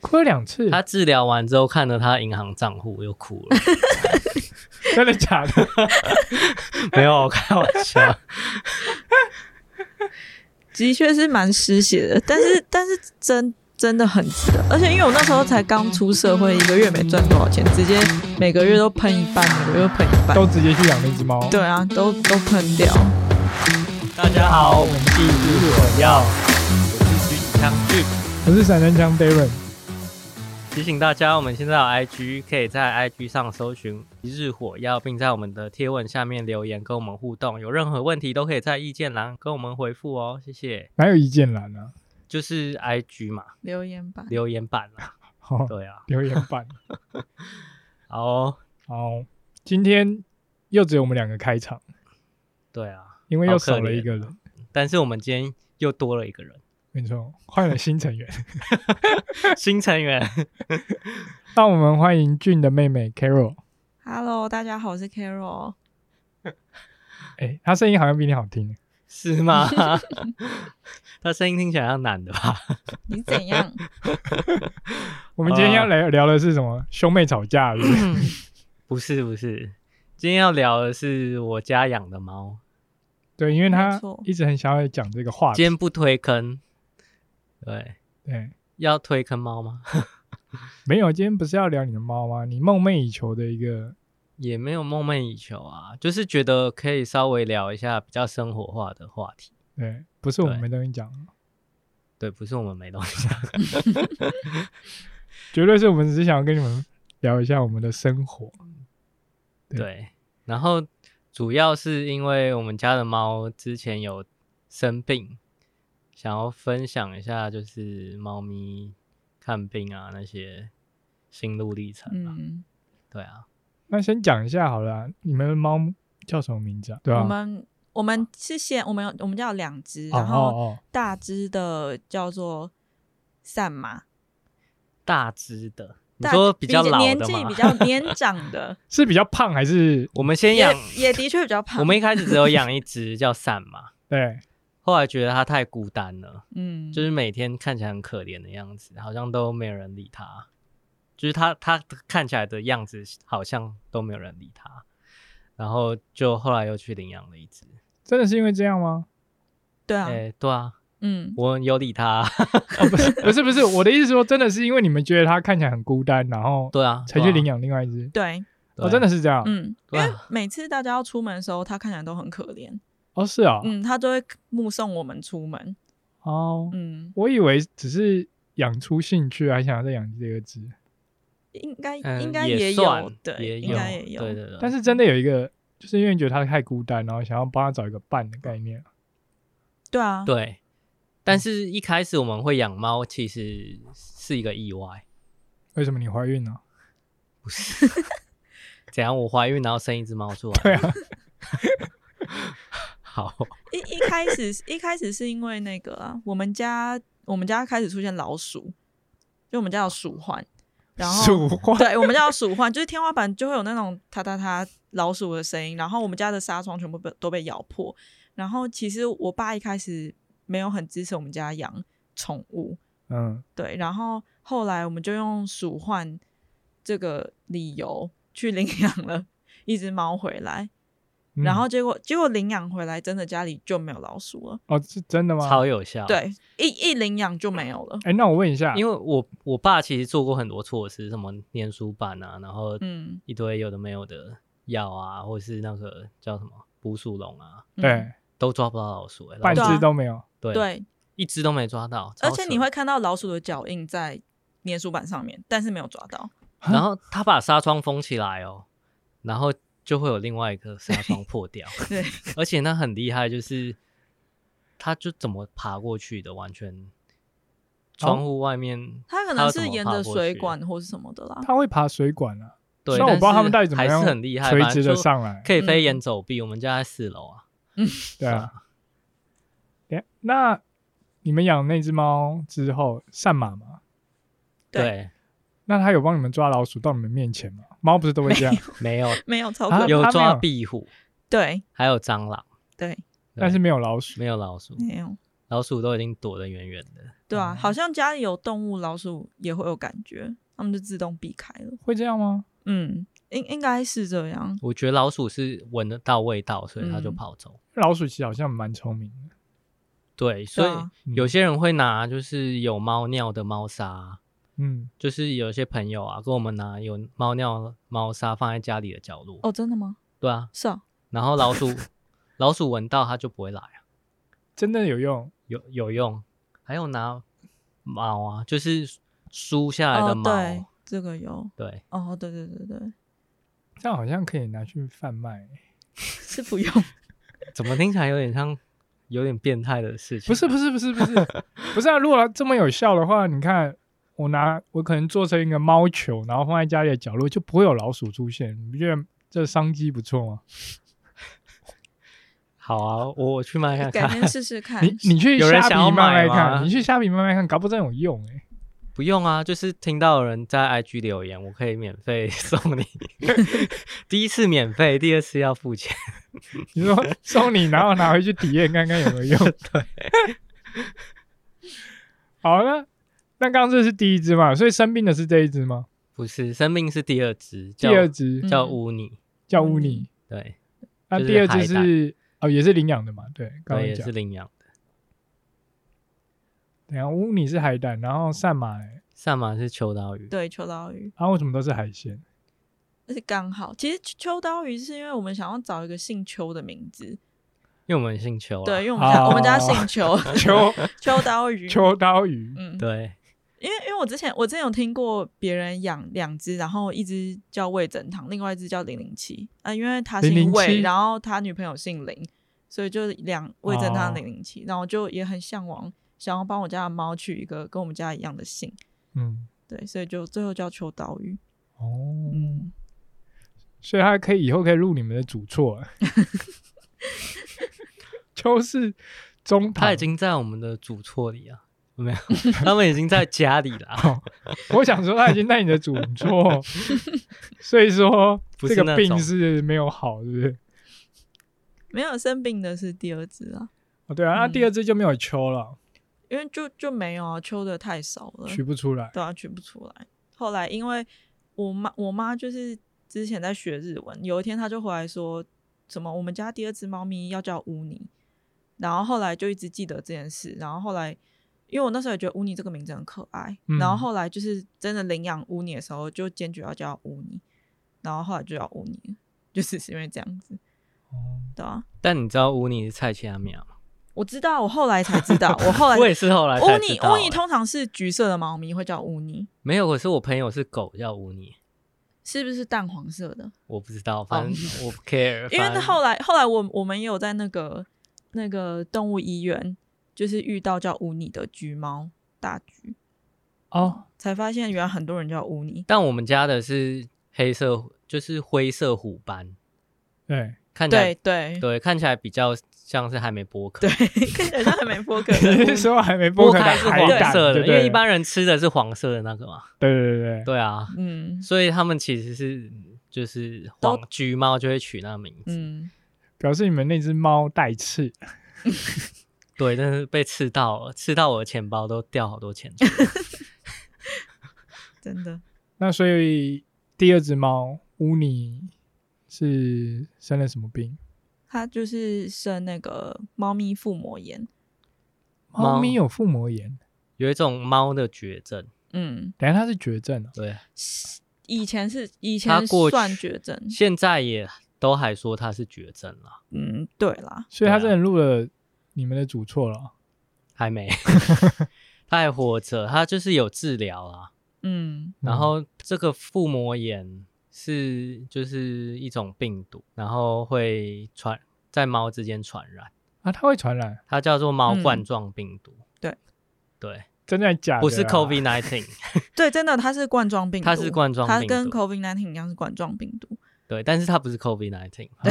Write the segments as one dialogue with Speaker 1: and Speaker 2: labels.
Speaker 1: 亏两 次，
Speaker 2: 他治疗完之后看了他银行账户又哭 了，
Speaker 1: 真的假 的？
Speaker 2: 没有我开玩笑，
Speaker 3: 的确是蛮失血的，但是 但是真真的很值得，而且因为我那时候才刚出社会，一个月没赚多少钱，直接每个月都喷一半，每个月都喷一半，
Speaker 1: 都直接去养那只猫。
Speaker 3: 对啊，都都喷掉。
Speaker 2: 大家好，我们是鱼火药，我是徐启昌俊。
Speaker 1: 我是散弹枪 Darren，
Speaker 2: 提醒大家，我们现在有 IG，可以在 IG 上搜寻“一日火药”，并在我们的贴文下面留言跟我们互动。有任何问题都可以在意见栏跟我们回复哦，谢谢。
Speaker 1: 哪有意见栏啊呢、
Speaker 2: 就是 IG 嘛，
Speaker 3: 留言吧，
Speaker 2: 留言板 啊，
Speaker 1: 啊？好、
Speaker 2: 对啊。
Speaker 1: 留言板。
Speaker 2: 好、哦，
Speaker 1: 好，今天又只有我们两个开场，
Speaker 2: 对啊，
Speaker 1: 因为又
Speaker 2: 好可
Speaker 1: 少了一
Speaker 2: 怜啊
Speaker 1: 个人。
Speaker 2: 但是我们今天又多了一个人，
Speaker 1: 没错，换了新成员。
Speaker 2: 新成员。
Speaker 1: 让我们欢迎俊的妹妹 Carol。
Speaker 3: Hello，大家好，我是 Carol。
Speaker 1: 哎、她声音好像比你好听。
Speaker 2: 是吗？他声音听起来像男的吧？
Speaker 3: 你怎样？
Speaker 1: 我们今天要
Speaker 2: 啊嗯
Speaker 1: 聊聊的是什么？兄妹吵架是不是
Speaker 2: 不是不是，今天要聊的是我家养的猫，
Speaker 1: 对，因为她
Speaker 3: 没错
Speaker 1: 一直很想要讲这个话
Speaker 2: 今
Speaker 1: 题。
Speaker 2: 天不推坑，对，
Speaker 1: 对，
Speaker 2: 要推坑猫吗？
Speaker 1: 没有，今天不是要聊你的猫吗？你梦寐以求的一个
Speaker 2: 也没有梦寐以求啊，就是觉得可以稍微聊一下比较生活化的话题。
Speaker 1: 对，不是我们
Speaker 2: 对
Speaker 1: 没东西讲，
Speaker 2: 对，不是我们没东西讲，
Speaker 1: 绝对是我们只是想要跟你们聊一下我们的生活。对
Speaker 2: 对。然后主要是因为我们家的猫之前有生病，想要分享一下就是猫咪看病啊那些心路历程啊。
Speaker 3: 嗯，
Speaker 2: 对啊，
Speaker 1: 那先讲一下好了啊，你们的猫叫什么名字啊？对
Speaker 3: 我
Speaker 1: 啊，
Speaker 3: 们我们是先我们有我们家有两只，
Speaker 1: 哦
Speaker 3: 然后
Speaker 1: 哦
Speaker 3: 大只的叫做散马，
Speaker 2: 大只的，你
Speaker 3: 大
Speaker 2: 说比较老
Speaker 3: 年
Speaker 2: 的
Speaker 3: 纪
Speaker 2: 嘛
Speaker 3: 比？较年长的
Speaker 1: 哦，，是比较胖还是
Speaker 2: 我们先
Speaker 3: 也
Speaker 2: 养，
Speaker 3: 也的确比较胖。
Speaker 2: 我们一开始只有养一只叫散嘛，
Speaker 1: 对？
Speaker 2: 后来觉得它太孤单了。
Speaker 3: 嗯，
Speaker 2: 就是每天看起来很可怜的样子，好像都没有人理他。就是他他看起来的样子，好像都没有人理他。然后就后来又去领养了一只。
Speaker 1: 真的是因为这样吗？
Speaker 3: 对啊，
Speaker 2: 哎、对啊，
Speaker 3: 嗯，
Speaker 2: 我有理他。
Speaker 1: 不是不是，我的意思说，真的是因为你们觉得它看起来很孤单，然后
Speaker 2: 对啊，
Speaker 1: 才去领养另外一只。
Speaker 3: 对，
Speaker 2: 对啊。
Speaker 1: 哦，真的
Speaker 2: 的
Speaker 1: 是这样。
Speaker 3: 嗯，因
Speaker 2: 对啊
Speaker 3: 为每次大家要出门的时候，它看起来都很可怜，
Speaker 1: 哦，是啊。
Speaker 3: 嗯，它都会目送我们出门，
Speaker 1: 哦，
Speaker 3: 嗯，
Speaker 1: 我以为只是养出兴趣，还想要再养第二只。
Speaker 3: 嗯应该
Speaker 2: 嗯
Speaker 3: 应该
Speaker 2: 也
Speaker 3: 有
Speaker 2: 算，
Speaker 3: 对，
Speaker 2: 也
Speaker 3: 应
Speaker 2: 有，
Speaker 3: 该也有，
Speaker 2: 对对对。
Speaker 1: 但是真的有一个，就是因为觉得它太孤单，然后想要帮它找一个伴的概念。
Speaker 3: 对啊，
Speaker 2: 对，但是一开始我们会养猫，其实是一个意外。
Speaker 1: 为什么你怀孕了、
Speaker 2: 怎样？我怀孕然后生一只猫出来？对啊。 好，
Speaker 3: 一一开始一开始是因为那个啊，我们家我们家开始出现老鼠，就我们家有鼠患，然后
Speaker 1: 鼠患
Speaker 3: 对，我们家有鼠患，就是天花板就会有那种嗒嗒嗒老鼠的声音，然后我们家的纱窗全部被都被咬破。然后其实我爸一开始没有很支持我们家养宠物，
Speaker 1: 嗯，
Speaker 3: 对，然后后来我们就用鼠患这个理由去领养了 一只猫回来，
Speaker 1: 嗯
Speaker 3: 然后结果结果领养回来，真的家里就没有老鼠了。
Speaker 1: 哦，是真的吗？
Speaker 2: 超有效。。
Speaker 3: 对，一一领养就没有了。
Speaker 1: 哎、那我问一下，
Speaker 2: 因
Speaker 1: 为
Speaker 2: 为我我爸其实做过很多措施，什么粘鼠板啊，然后
Speaker 3: 嗯，
Speaker 2: 一堆有的没有的药啊，或是那个叫什么捕鼠笼啊，
Speaker 3: 嗯
Speaker 1: 对、
Speaker 2: 都抓不到老鼠、欸，
Speaker 1: 半
Speaker 2: 老鼠
Speaker 1: 只都没有，
Speaker 2: 对
Speaker 3: 对，啊
Speaker 2: 一只都没抓到，
Speaker 3: 而
Speaker 2: 超
Speaker 3: 且
Speaker 2: 扯
Speaker 3: 你会，看到老鼠的脚印在粘鼠板上面，但是没有抓到。
Speaker 1: 啊
Speaker 2: 然后他把纱窗封起来哦，然后就会有另外一个纱窗破掉，
Speaker 3: 对，
Speaker 2: 而且那很厉害，就是他就怎么爬过去的，完全
Speaker 1: 哦
Speaker 2: 窗户外面，
Speaker 3: 它可
Speaker 2: 它
Speaker 3: 能
Speaker 2: 要怎
Speaker 3: 是
Speaker 2: 么
Speaker 3: 沿
Speaker 2: 爬
Speaker 3: 着
Speaker 2: 过
Speaker 3: 水
Speaker 2: 去
Speaker 3: 管或是什么的 啦。
Speaker 1: 它会爬水管啊。
Speaker 2: 对，
Speaker 1: 虽然我不知道他们到底怎么
Speaker 2: 但是
Speaker 1: 样
Speaker 2: 还是很厉害，
Speaker 1: 垂
Speaker 2: 反正
Speaker 1: 直的
Speaker 2: 就
Speaker 1: 上来，
Speaker 2: 可以飞
Speaker 3: 嗯
Speaker 2: 檐走壁，我们家在四楼啊。
Speaker 1: 对啊。哎、那你们养那只猫之后，善马吗？
Speaker 3: 对
Speaker 2: 对，
Speaker 1: 那它有帮你们抓老鼠到你们面前吗？猫不是都会这样，
Speaker 2: 没 有
Speaker 3: 没有超
Speaker 1: 啊
Speaker 3: 可怕。
Speaker 2: 有
Speaker 1: 它没
Speaker 2: 抓
Speaker 1: 有
Speaker 2: 壁虎，
Speaker 3: 对
Speaker 2: 还有蟑螂，
Speaker 3: 对，
Speaker 2: 对
Speaker 1: 但是没有老鼠。
Speaker 3: 嗯
Speaker 2: 没有老鼠。
Speaker 3: 没有。
Speaker 2: 老鼠都已经躲得远远的。
Speaker 3: 对啊，
Speaker 1: 哦
Speaker 3: 好像家里有动物，老鼠也会有感觉，它们就自动避开了。
Speaker 1: 会这样吗？
Speaker 3: 嗯，应应该是这样。
Speaker 2: 我觉得老鼠是闻得到味道，所以它就
Speaker 3: 嗯
Speaker 2: 跑走。
Speaker 1: 老鼠其实好像蛮聪明的，
Speaker 2: 对，所
Speaker 3: 啊
Speaker 2: 以有些人会拿就是有猫尿的猫砂，啊
Speaker 1: 嗯，
Speaker 2: 就是有些朋友啊跟我们拿有猫尿猫砂放在家里的角落。
Speaker 3: 哦，真的吗？
Speaker 2: 对啊，
Speaker 3: 是啊，
Speaker 2: 然后老鼠 老鼠闻到它就不会来啊，
Speaker 1: 真的有用。
Speaker 2: 有有用。还有拿毛啊，就是梳下来的
Speaker 3: 哦，
Speaker 2: 毛，
Speaker 3: 对，这个有。
Speaker 2: 对，
Speaker 3: 哦，对对对对，
Speaker 1: 这样好像可以拿去贩卖，
Speaker 3: 是不用。
Speaker 2: 怎么听起来有点像有点变态的事情？
Speaker 1: 不是不是不是不 是不是啊！如果这么有效的话，你看我拿我可能做成一个猫球，然后放在家里的角落，就不会有老鼠出现。你不觉得这商机不错吗？
Speaker 2: 好啊，我我去卖看
Speaker 3: 改
Speaker 2: 看。
Speaker 3: 天试试看。
Speaker 1: 你你去
Speaker 2: 有人
Speaker 1: 虾
Speaker 2: 想要
Speaker 1: 皮卖卖
Speaker 2: 买吗
Speaker 1: 看，你去虾皮卖卖看，搞不真有用哎、
Speaker 2: 不用啊，就是听到有人在 IG 留言，我可以免费送你。 第一次免费，第二次要付钱。
Speaker 1: 你 说送你，然后拿回去体验看看有没有用。对，好那那刚刚这是第一只嘛，所以生病的是这一只吗？
Speaker 2: 不是，生命是第二只，
Speaker 1: 第
Speaker 2: 叫
Speaker 1: 二只、
Speaker 3: 嗯
Speaker 2: 叫乌尼。
Speaker 1: 叫乌尼，
Speaker 2: 对，
Speaker 1: 那
Speaker 2: 就是
Speaker 1: 第二只
Speaker 2: 海
Speaker 1: 是哦，也是领养的嘛？对，刚
Speaker 2: 对，
Speaker 1: 刚
Speaker 2: 也
Speaker 1: 讲
Speaker 2: 是。领养的。
Speaker 1: 等一下啊乌尼是海胆，然后善马、欸，
Speaker 2: 萨满是秋刀鱼，
Speaker 3: 对，秋刀鱼，
Speaker 1: 然后为什么都是海鲜？
Speaker 3: 而且刚好。其实秋刀鱼是因为我们想要找一个姓邱的名字，
Speaker 2: 因为我们姓秋、啊。
Speaker 3: 对，因为我们家、我们家
Speaker 1: 哦
Speaker 3: 姓邱，
Speaker 1: 秋
Speaker 3: 秋刀鱼。
Speaker 1: 秋刀鱼，
Speaker 3: 嗯，
Speaker 2: 对，
Speaker 3: 因为因为我之前我之前有听过别人养两只，然后一只叫味噌汤，另外一只叫零零七啊，因为他姓
Speaker 1: 007
Speaker 3: 魏，然后他女朋友姓林，所以就两味噌汤
Speaker 1: 哦
Speaker 3: 零零七，然后我就也很向往，想要帮我家的猫取一个跟我们家一样的姓，
Speaker 1: 嗯，
Speaker 3: 对，所以就最后叫秋刀鱼，
Speaker 1: 哦，
Speaker 3: 嗯，
Speaker 1: 所以它可以以后可以入你们的主错、欸。秋是中堂
Speaker 2: 它已，经在我们的主错里啊，没有， 他们已经在家里了啊。
Speaker 1: 我想说它已经在你的主 错，所以说
Speaker 2: 不
Speaker 1: 这
Speaker 2: 是
Speaker 1: 个
Speaker 2: 那
Speaker 1: 病
Speaker 2: 种
Speaker 1: 是没有好，是不是？
Speaker 3: 没有生病的是第二只啊，
Speaker 1: 哦，对啊，那、
Speaker 3: 嗯
Speaker 1: 第二只就没有秋了，
Speaker 3: 因为就就没有啊，秋的太少了，
Speaker 1: 取不出来。
Speaker 3: 对啊，取不出来。后来因为我妈，我妈就是之前在学日文，有一天她就回来说，什么我们家第二只猫咪要叫乌尼，然后后来就一直记得这件事，然后后来因为我那时候也觉得乌尼这个名字很可爱，
Speaker 1: 嗯
Speaker 3: 然后后来就是真的领养乌尼的时候，就坚决要叫乌尼，然后后来就叫乌尼了，就只是因为这样子，
Speaker 1: 哦，
Speaker 3: 对啊，
Speaker 2: 但你知道乌尼是菜奇亚米亚吗？
Speaker 3: 我知道，我后来才知道，我后来
Speaker 2: 我也是后来
Speaker 3: 乌
Speaker 2: 才
Speaker 3: 尼
Speaker 2: 知道、欸
Speaker 3: 乌尼通常是橘色的猫咪会叫乌尼，
Speaker 2: 没有，可是我朋友是狗叫乌尼。
Speaker 3: 是不是淡黄色的？
Speaker 2: 我不知道，反正我不 care 反正。
Speaker 3: 因为后来后来我我们也有在那个那个动物医院，就是遇到叫乌尼的橘猫大橘，
Speaker 1: 哦，
Speaker 3: 才发现原来很多人叫乌尼。
Speaker 2: 但我们家的是黑色，就是灰色虎斑，
Speaker 1: 对，
Speaker 2: 看起来
Speaker 3: 对对
Speaker 2: 对看起来比较像是还没剥壳。
Speaker 3: 对， 看起来像还没剥壳
Speaker 1: 你
Speaker 3: 的乌
Speaker 1: 是
Speaker 3: 尼。
Speaker 1: 说还没剥
Speaker 2: 剥
Speaker 1: 开
Speaker 2: 开是
Speaker 1: 海
Speaker 2: 黄
Speaker 1: 胆，
Speaker 2: 色
Speaker 1: 对不
Speaker 2: 的，因为
Speaker 1: 对
Speaker 2: 一般人吃的是黄色的那个嘛。
Speaker 1: 对对对对，
Speaker 2: 对啊，
Speaker 3: 嗯
Speaker 2: 所以他们其实是就是
Speaker 3: 都
Speaker 2: 黄橘猫就会取那个名字。
Speaker 3: 嗯，
Speaker 1: 表示你们那只猫带刺，
Speaker 2: 对，但是被刺到了，刺到我的钱包都掉好多钱出来。
Speaker 3: 真的
Speaker 1: 那所以第二只猫乌尼是生了什么病？
Speaker 3: 它就是生那个猫咪腹膜炎。
Speaker 2: 猫
Speaker 1: 猫咪有腹膜炎，
Speaker 2: 有一种猫的绝症，
Speaker 3: 嗯，
Speaker 1: 等一下它是绝症啊。
Speaker 2: 对，
Speaker 3: 以前是以
Speaker 2: 它
Speaker 3: 前
Speaker 2: 过去
Speaker 3: 算绝症。
Speaker 2: 现在也都还说它是绝症了，
Speaker 3: 嗯，对啦，
Speaker 1: 所以它
Speaker 2: 对
Speaker 1: 真
Speaker 2: 啊
Speaker 1: 的入了你们的主错了。啊
Speaker 2: 还没， 它还活着，它就是有治疗啊。
Speaker 3: 嗯
Speaker 2: 然后这个腹膜炎是就是一种病毒，然后会传在猫之间传染，
Speaker 1: 啊，它会传染，
Speaker 2: 它叫做猫
Speaker 3: 嗯
Speaker 2: 冠状病毒。
Speaker 3: 对
Speaker 2: 对，
Speaker 1: 真的假的啊？
Speaker 2: 不是 COVID nineteen，
Speaker 3: 对，真的它是冠状病毒，
Speaker 2: 它是冠状
Speaker 3: 它
Speaker 2: 病
Speaker 3: 跟
Speaker 2: 毒
Speaker 3: COVID 1 9一样是冠状病毒。
Speaker 2: 对，但是它不是 COVID nineteen，
Speaker 1: 嗯，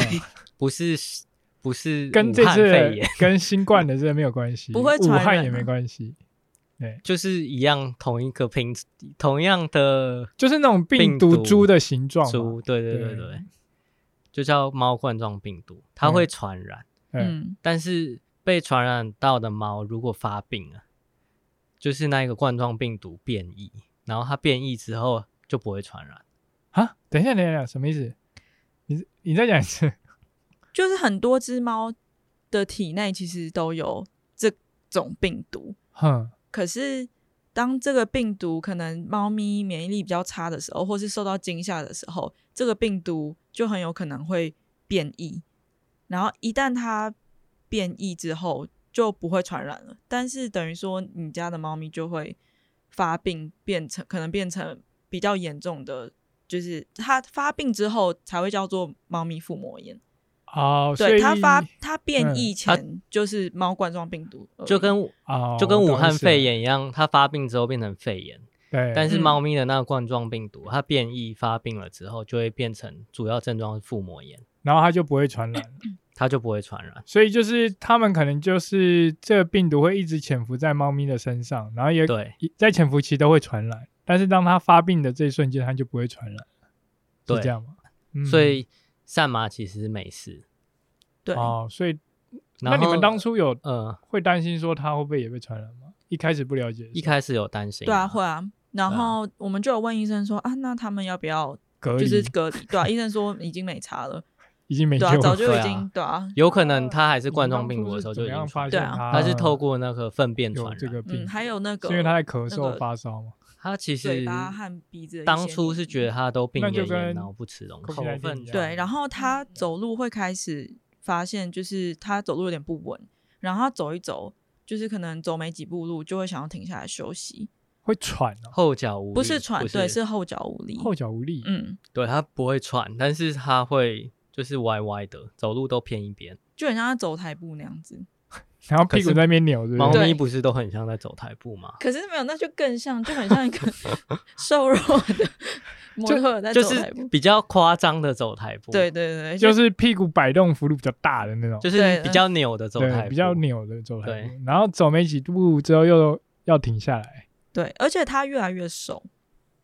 Speaker 2: 不是不是
Speaker 1: 跟
Speaker 2: 武
Speaker 1: 这
Speaker 2: 汉
Speaker 1: 次的
Speaker 2: 肺炎，
Speaker 1: 跟新冠的这没有关 系，
Speaker 3: 不会
Speaker 1: 武
Speaker 3: 传
Speaker 1: 汉
Speaker 3: 染
Speaker 1: 也没
Speaker 3: 啊
Speaker 1: 关系，
Speaker 2: 就是一样同一个拼同样的
Speaker 1: 就是那种病
Speaker 2: 病
Speaker 1: 毒
Speaker 2: 毒
Speaker 1: 株的形状嘛。
Speaker 2: 株，对对
Speaker 1: 对
Speaker 2: 对对，就叫猫冠状病毒，它会
Speaker 1: 嗯
Speaker 2: 传染，
Speaker 1: 嗯
Speaker 3: 嗯
Speaker 2: 但是被传染到的猫如果发病啊，就是那一个冠状病毒变异，然后它变异之后就不会传染。
Speaker 1: 啊，等一下，等一下，什么意思？你你再讲一次
Speaker 3: 就是很多只猫的体内其实都有这种病毒，
Speaker 1: 哼，
Speaker 3: 可是当这个病毒可能猫咪免疫力比较差的时候，或是受到惊吓的时候，这个病毒就很有可能会变异，然后一旦它变异之后就不会传染了，但是等于说你家的猫咪就会发病，变成可能变成比较严重的。就是它发病之后才会叫做猫咪腹膜炎，
Speaker 1: 哦，所
Speaker 3: 对
Speaker 1: 以
Speaker 3: 它发它变
Speaker 1: 嗯
Speaker 3: 异
Speaker 2: 它
Speaker 3: 前就是猫冠状病毒呃而已，
Speaker 2: 就跟
Speaker 1: 哦，
Speaker 2: 就跟
Speaker 1: 我
Speaker 2: 武
Speaker 1: 懂
Speaker 2: 汉
Speaker 1: 意思
Speaker 2: 肺
Speaker 1: 了，
Speaker 2: 炎一样，它发病之后变成肺炎，
Speaker 1: 对，
Speaker 2: 但是
Speaker 3: 嗯
Speaker 2: 猫咪的那个冠状病毒，它变异发病了之后，就会变成主要症状是腹膜炎，
Speaker 1: 然后它就不会传染，
Speaker 2: 它就不会传染。
Speaker 1: 所以就是它们可能就是这个病毒会一直潜伏在猫咪的身上，然后也
Speaker 2: 对
Speaker 1: 在潜伏期都会传染，但是当它发病的这一瞬间，它就不会传染，是
Speaker 2: 对
Speaker 1: 这，样吗？嗯
Speaker 2: 所以散麻其实没事。
Speaker 3: 对，
Speaker 1: 哦，所以那
Speaker 2: 然
Speaker 1: 你
Speaker 2: 后
Speaker 1: 们当初有
Speaker 2: 呃
Speaker 1: 会担心说它会不会也被传染吗？一开始不了解的时候，
Speaker 2: 一开始有担心，
Speaker 3: 对啊，会啊。然
Speaker 2: 对啊
Speaker 3: 后我们就有问医生说啊，那他们要不要
Speaker 1: 隔
Speaker 3: 就
Speaker 1: 离
Speaker 3: 是 隔离？对啊，医生说已经没差了，
Speaker 1: 已经没救
Speaker 3: 对啊，早
Speaker 1: 了。
Speaker 3: 就
Speaker 2: 对
Speaker 3: 已
Speaker 2: 啊
Speaker 3: 经对啊，
Speaker 2: 有可能它还
Speaker 1: 是
Speaker 2: 是冠状病毒的时候就已经
Speaker 1: 发
Speaker 2: 传
Speaker 1: 现
Speaker 2: 染，
Speaker 3: 对啊
Speaker 2: 它是透过那个粪便传
Speaker 1: 有
Speaker 2: 染。
Speaker 1: 这个病
Speaker 3: 嗯，
Speaker 1: 毒，
Speaker 3: 还有那个
Speaker 1: 是因为他在咳
Speaker 3: 那
Speaker 1: 嗽
Speaker 3: 个
Speaker 1: 发烧吗？
Speaker 2: 它其
Speaker 3: 嘴
Speaker 2: 实
Speaker 3: 巴和鼻子的一些
Speaker 2: 当初是觉得它都病
Speaker 1: 那就
Speaker 2: 恹恹，
Speaker 1: 跟
Speaker 2: 然后不吃东西，口
Speaker 1: COVID-19
Speaker 2: 粪
Speaker 1: 一样
Speaker 3: 对，然后他走路会开始发现，就是他走路有点不稳，然后他走一走，就是可能走没几步路就会想要停下来休息，
Speaker 1: 会喘哦，
Speaker 2: 后脚无力，
Speaker 3: 不是喘，对，
Speaker 2: 是
Speaker 3: 是后脚无力，
Speaker 1: 后脚无力。
Speaker 3: 嗯，
Speaker 2: 对它不会喘，但是它会就是歪歪的，走路都偏一边。
Speaker 3: 就很像他走台步那样子。
Speaker 1: 然后屁股在那边扭，对不
Speaker 2: 猫
Speaker 1: 对？
Speaker 2: 咪
Speaker 3: 对
Speaker 2: 不是都很像在走台步吗？
Speaker 3: 可是没有，那就更像，就很像一 个瘦弱的模特儿在
Speaker 2: 就
Speaker 3: 走
Speaker 2: 是
Speaker 3: 台步。
Speaker 2: 比较夸张的走台步，
Speaker 3: 对，对对，
Speaker 1: 就是是屁股摆动幅度比较大的那种，
Speaker 2: 就是比较扭的走台
Speaker 1: 对，
Speaker 2: 步，
Speaker 1: 比较扭的走台
Speaker 2: 对
Speaker 1: 步。然后走没几步之后又要停下来，
Speaker 3: 对，而且他越来越瘦，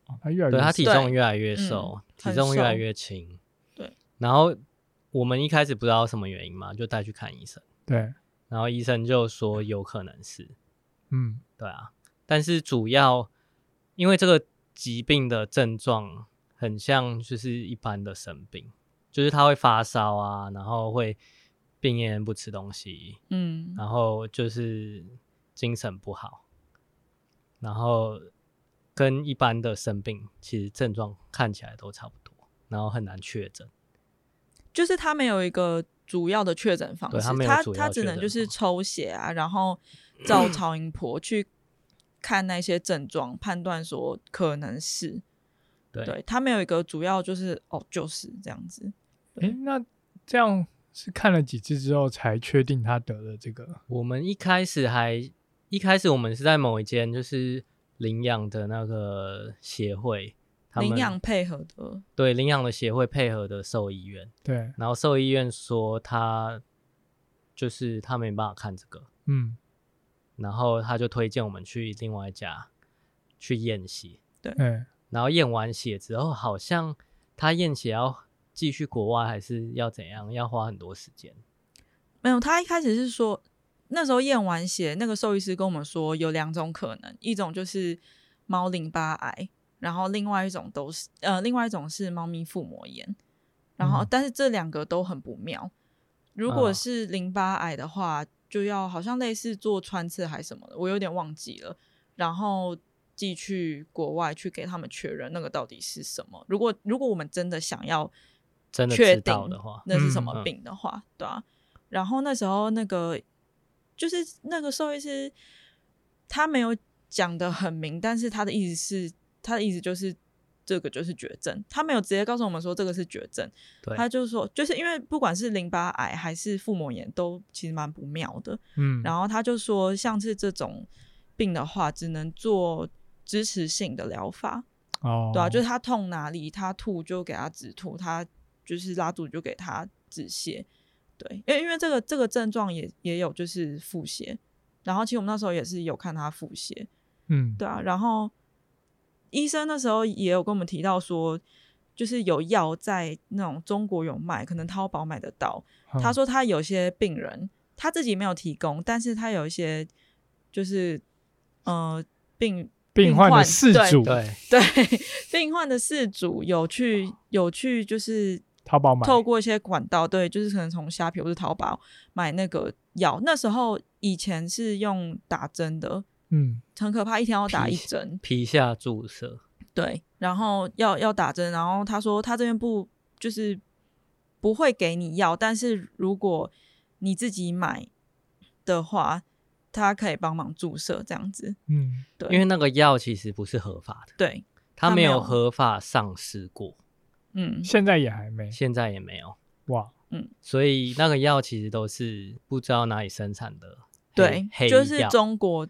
Speaker 1: 哦，它越来
Speaker 2: 对，
Speaker 1: 越
Speaker 2: 它体重越来越瘦，
Speaker 3: 嗯很
Speaker 2: 体重越来
Speaker 3: 瘦
Speaker 2: 越轻。
Speaker 3: 对，
Speaker 2: 然后我们一开始不知道什么原因嘛，就带去看医生，
Speaker 1: 对，
Speaker 2: 然后医生就说有可能是，
Speaker 1: 嗯，
Speaker 2: 对啊，但是主要因为这个疾病的症状很像就是一般的生病，就是它会发烧啊，然后会病恹恹不吃东西，
Speaker 3: 嗯，
Speaker 2: 然后就是精神不好，然后跟一般的生病其实症状看起来都差不多，然后很难确诊。
Speaker 3: 就是他没有一个主要的确诊方
Speaker 2: 对
Speaker 3: 式
Speaker 2: 他没，有
Speaker 3: 他
Speaker 2: 主要
Speaker 3: 他只能
Speaker 2: 确诊
Speaker 3: 就是
Speaker 2: 方
Speaker 3: 抽血啊，然后照超音波去看那些症状，判断说可能是
Speaker 2: 对，
Speaker 3: 对他没有一个主要就是哦就是这样子，
Speaker 1: 诶，那这样是看了几次之后才确定他得了这个，
Speaker 2: 我们一开始还一开始我们是在某一间就是领养的那个协会，他们
Speaker 3: 领养配合的，
Speaker 2: 对领养的协会配合的兽医院，
Speaker 1: 对，
Speaker 2: 然后兽医院说他就是他没办法看这个，
Speaker 1: 嗯，
Speaker 2: 然后他就推荐我们去另外一家去验血，
Speaker 1: 哎，
Speaker 2: 然后验完血之后，好像他验血要寄去国外还是要怎样，要花很多时间。
Speaker 3: 没有，他一开始是说那时候验完血，那个兽医师跟我们说有两种可能，一种就是猫淋巴癌，然后另外一种都是呃，另外一种是猫咪腹膜炎，然后、
Speaker 1: 嗯
Speaker 3: 但是这两个都很不妙。如果
Speaker 2: 啊
Speaker 3: 是淋巴癌的话，就要好像类似做穿刺还是什么的，我有点忘记了。然后寄去国外去给他们确认那个到底是什么。如果如果我们真的想要
Speaker 2: 真的
Speaker 3: 确
Speaker 2: 知道
Speaker 3: 定
Speaker 2: 的话，
Speaker 3: 那是什
Speaker 2: 嗯
Speaker 3: 么
Speaker 2: 嗯
Speaker 3: 病的话，对啊。然后那时候那个就是那个兽医师，他没有讲的很明，但是他的意思是，他的意思就是这个就是绝症，他没有直接告诉我们说这个是绝症，
Speaker 2: 对
Speaker 3: 他就说就是因为不管是淋巴癌还是腹膜炎都其实蛮不妙的，
Speaker 1: 嗯，
Speaker 3: 然后他就说像是这种病的话，只能做支持性的疗法，
Speaker 1: 哦，
Speaker 3: 对啊，就是他痛哪里，他吐就给他止吐，他就是拉肚子就给他止泻。对，因为因为这个这个症状也也有就是腹泻，然后其实我们那时候也是有看他腹泻，
Speaker 1: 嗯，
Speaker 3: 对啊，然后医生那时候也有跟我们提到说，就是有药在那种中国有卖，可能淘宝买得到。
Speaker 1: 嗯
Speaker 3: 他说他有些病人。他自己没有提供，但是他有一些就是呃病
Speaker 1: 病患的事主，
Speaker 2: 对，
Speaker 3: 对病患的事主有去有去就是
Speaker 1: 淘宝买，
Speaker 3: 透过一些管道，对，就是可能从虾皮或是淘宝买那个药。那时候以前是用打针的，
Speaker 1: 嗯，
Speaker 3: 很可怕，一天要打一
Speaker 2: 皮
Speaker 3: 针。
Speaker 2: 皮下注射，
Speaker 3: 对，然后要要打针，然后他说他这边不就是不会给你药，但是如果你自己买的话，他可以帮忙注射这样子。
Speaker 1: 嗯，
Speaker 3: 对，
Speaker 2: 因为那个药其实不是合法的，
Speaker 3: 对，
Speaker 2: 它
Speaker 3: 它
Speaker 2: 没
Speaker 3: 没
Speaker 2: 有
Speaker 3: 有
Speaker 2: 合法上市过，
Speaker 3: 嗯，
Speaker 1: 现在也还没
Speaker 2: 现在也没有，
Speaker 1: 哇，
Speaker 2: 所以那个药其实都是不知道哪里生产的黑
Speaker 3: 对，
Speaker 2: 黑
Speaker 3: 就是
Speaker 2: 药
Speaker 3: 中国，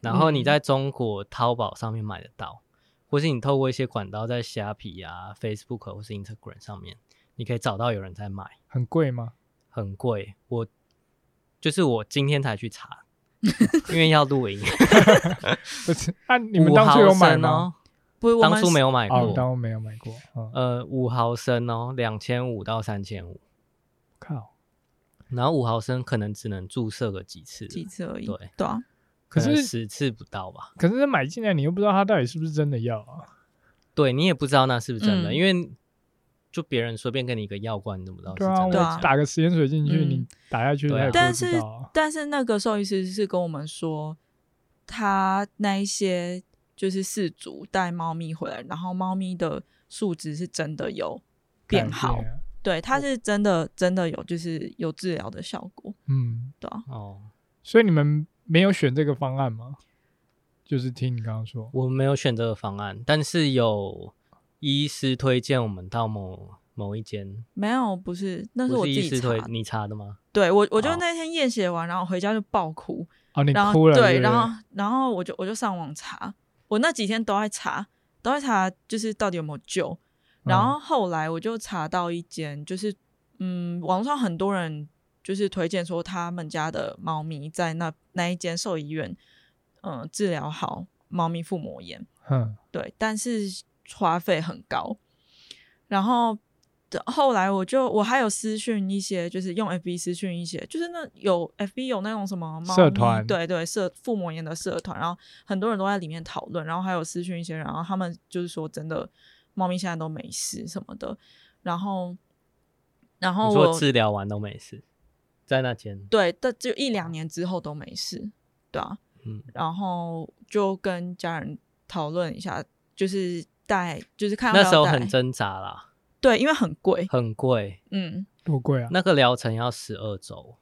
Speaker 2: 然后你
Speaker 3: 嗯
Speaker 2: 在中国淘宝上面买得到，或是你透过一些管道在虾皮啊、Facebook 或是 Instagram 上面，你可以找到有人在卖，
Speaker 1: 很贵吗？
Speaker 2: 很贵。我就是我今天才去查， 因为要录影。
Speaker 1: 不是，那、你们当初有买吗？
Speaker 3: 不是
Speaker 2: 五毫升哦？当
Speaker 3: 我们
Speaker 2: 初没
Speaker 3: 有，
Speaker 2: 有买
Speaker 1: 哦，
Speaker 2: 过。
Speaker 1: 当初没有买过，嗯，
Speaker 2: 呃，五毫升哦，两千五到三千五，
Speaker 1: 靠，
Speaker 2: 然后五毫升可能只能注射个几次，
Speaker 3: 几次而已，
Speaker 2: 对
Speaker 3: 对啊，
Speaker 1: 可
Speaker 2: 能
Speaker 1: 是
Speaker 2: 十次不到吧。
Speaker 1: 可是买进来你又不知道它到底是不是真的药啊？
Speaker 2: 对你也不知道那是不是真的，
Speaker 3: 嗯
Speaker 2: 因为就别人随便给你一个药罐，你怎么知道是
Speaker 1: 对
Speaker 2: 真
Speaker 1: 啊，
Speaker 2: 的
Speaker 1: 我
Speaker 3: 对
Speaker 2: 假
Speaker 3: 啊
Speaker 2: 的？
Speaker 1: 打个食盐水进去，
Speaker 3: 嗯
Speaker 1: 你打下去它
Speaker 2: 对啊
Speaker 1: 也不
Speaker 3: 但
Speaker 1: 会
Speaker 3: 是
Speaker 1: 知道啊。
Speaker 3: 但是那个兽医师是跟我们说，他那一些就是饲主带猫咪回来，然后猫咪的数值是真的有变
Speaker 1: 改
Speaker 3: 好，
Speaker 1: 啊
Speaker 3: 对，它是真的真的有就是有治疗的效果，
Speaker 1: 嗯，
Speaker 3: 对啊，
Speaker 2: 哦，
Speaker 1: 所以你们没有选这个方案吗？就是听你刚刚说，
Speaker 2: 我们没有选这个方案，但是有医师推荐我们到某某一间，
Speaker 3: 没有不是，那
Speaker 2: 不
Speaker 3: 我自
Speaker 2: 医师
Speaker 3: 己查
Speaker 2: 推
Speaker 3: 的，
Speaker 2: 你查的吗？
Speaker 3: 对我我就
Speaker 2: 哦
Speaker 3: 那天验血完，然后回家就爆哭，
Speaker 1: 哦，你
Speaker 3: 然后
Speaker 1: 哭了，
Speaker 3: 对，
Speaker 1: 不
Speaker 3: 然后然后我就我就上网查，我那几天都在查，都在查，就是到底有没有救。
Speaker 1: 嗯
Speaker 3: 然后后来我就查到一间，就是嗯，网上很多人就是推荐说他们家的猫咪在那那一间兽医院，嗯、治疗好猫咪腹膜炎，
Speaker 1: 嗯，
Speaker 3: 对，但是花费很高。然后的后来我就我还有私讯一些，就是用 FB 私讯一些，就是那有 FB 有那种什么猫咪
Speaker 1: 社团
Speaker 3: 对对社腹膜炎的社团，然后很多人都在里面讨论，然后还有私讯一些人，然后他们就是说真的，猫咪现在都没事什么的，然后然后
Speaker 2: 你
Speaker 3: 我
Speaker 2: 说治疗完都没事，在那间，
Speaker 3: 对，但就一两年之后都没事，对啊，
Speaker 2: 嗯，
Speaker 3: 然后就跟家人讨论一下，就是带就是看要
Speaker 2: 那
Speaker 3: 不
Speaker 2: 时
Speaker 3: 要
Speaker 2: 候
Speaker 3: 带
Speaker 2: 很挣扎啦，
Speaker 3: 对，因为很贵，
Speaker 2: 很贵，
Speaker 3: 嗯
Speaker 1: 多贵啊？
Speaker 2: 那个疗程要十二周，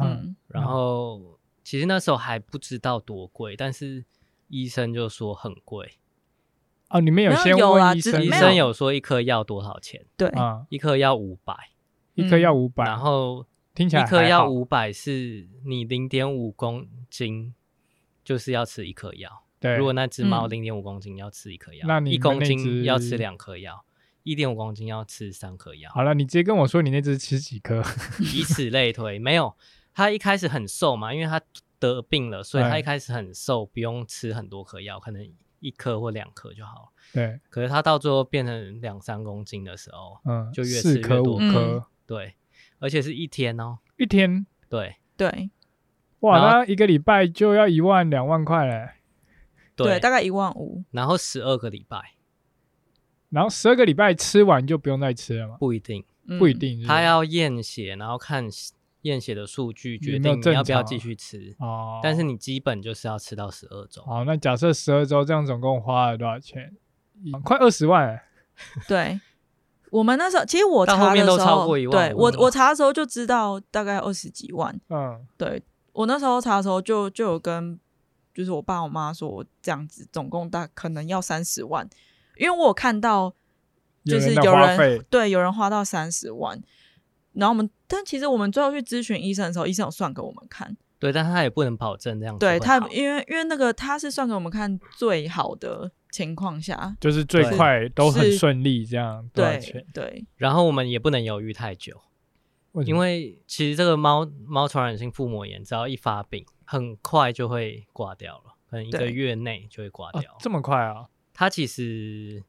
Speaker 1: 嗯，
Speaker 3: 嗯，
Speaker 2: 然后其实那时候还不知道多贵，但是医生就说很贵，
Speaker 1: 哦，你们有
Speaker 3: 没有
Speaker 1: 先
Speaker 3: 有啦
Speaker 1: 问医
Speaker 3: 只
Speaker 1: 生吗，
Speaker 2: 医
Speaker 3: 没
Speaker 2: 生有说一颗药多少钱，
Speaker 3: 对，
Speaker 1: 啊，
Speaker 2: 一颗药五百，
Speaker 1: 一颗要
Speaker 3: 嗯
Speaker 1: 五百，
Speaker 2: 然后
Speaker 1: 听起来
Speaker 2: 一颗
Speaker 1: 还
Speaker 2: 药
Speaker 1: 好
Speaker 2: 五百，是你零点五公斤就是要吃一颗药。
Speaker 1: 对，
Speaker 2: 如果那只猫
Speaker 3: 嗯
Speaker 2: 零点五公斤要吃一颗药，
Speaker 1: 那你
Speaker 2: 一
Speaker 1: 那
Speaker 2: 公
Speaker 1: 只
Speaker 2: 斤要吃两颗药，一点五公斤要吃三颗药，
Speaker 1: 好了，你直接跟我说你那只吃几 颗，
Speaker 2: 以此类推。没有，它一开始很瘦嘛，因为它得病了，所以它
Speaker 1: 哎
Speaker 2: 一开始很瘦，不用吃很多颗药，可能一颗或两颗就好了。
Speaker 1: 对，
Speaker 2: 可是它到最后变成两三公斤的时候，
Speaker 1: 嗯，
Speaker 2: 就越吃
Speaker 1: 四
Speaker 2: 越
Speaker 1: 颗
Speaker 2: 多
Speaker 1: 五
Speaker 3: 嗯
Speaker 1: 颗
Speaker 2: 对，而且是一天哦，
Speaker 1: 一天，
Speaker 2: 对
Speaker 3: 对
Speaker 1: 哇，
Speaker 2: 然后
Speaker 1: 那一个礼拜就要一万两万块嘞，
Speaker 3: 对，大概一万五，
Speaker 2: 然后十二个礼拜
Speaker 1: 然后十二个礼拜吃完就不用再吃了嘛，
Speaker 2: 不一定。
Speaker 3: 嗯
Speaker 1: 不一，定是不是，
Speaker 2: 他要验血，然后看验血的数据决
Speaker 1: 有没有
Speaker 2: 定你要
Speaker 1: 正
Speaker 2: 不要
Speaker 1: 常
Speaker 2: 继续吃。
Speaker 1: 哦，
Speaker 2: 但是你基本就是要吃到十二周，
Speaker 1: 好，那假设十二周这样总共花了多少钱？一快二十万欸，
Speaker 3: 对。我们那时候，其实我
Speaker 2: 到
Speaker 3: 查
Speaker 2: 后
Speaker 3: 的
Speaker 2: 面
Speaker 3: 时
Speaker 2: 都
Speaker 3: 候，
Speaker 2: 超过一万
Speaker 3: 对
Speaker 2: 五
Speaker 3: 我
Speaker 2: 了
Speaker 3: 我查的时候就知道大概二十几万。
Speaker 1: 嗯，
Speaker 3: 对我那时候查的时候就，就有跟就是我爸我妈说，我这样子总共大可能要三十万，因为我有看到就是
Speaker 1: 在
Speaker 3: 有
Speaker 1: 花
Speaker 3: 人
Speaker 1: 费，
Speaker 3: 对，有人花到三十万。然后我们，但其实我们最后去咨询医生的时候，医生有算给我们看，
Speaker 2: 对，但他也不能保证这样子会
Speaker 3: 对
Speaker 2: 好。
Speaker 3: 他，因为因为那个他是算给我们看最好的情况下，
Speaker 1: 就是最
Speaker 2: 对
Speaker 1: 快都很
Speaker 3: 是
Speaker 1: 顺利这样，多少
Speaker 3: 对
Speaker 1: 钱？
Speaker 3: 对，
Speaker 2: 然后我们也不能犹豫太久，
Speaker 1: 为什
Speaker 2: 因
Speaker 1: 么
Speaker 2: 为其实这个猫猫传染性腹膜炎，只要一发病，很快就会挂掉了，可能一个
Speaker 3: 对
Speaker 2: 月内就会挂
Speaker 1: 啊
Speaker 2: 掉。
Speaker 1: 这么快啊？
Speaker 2: 它其实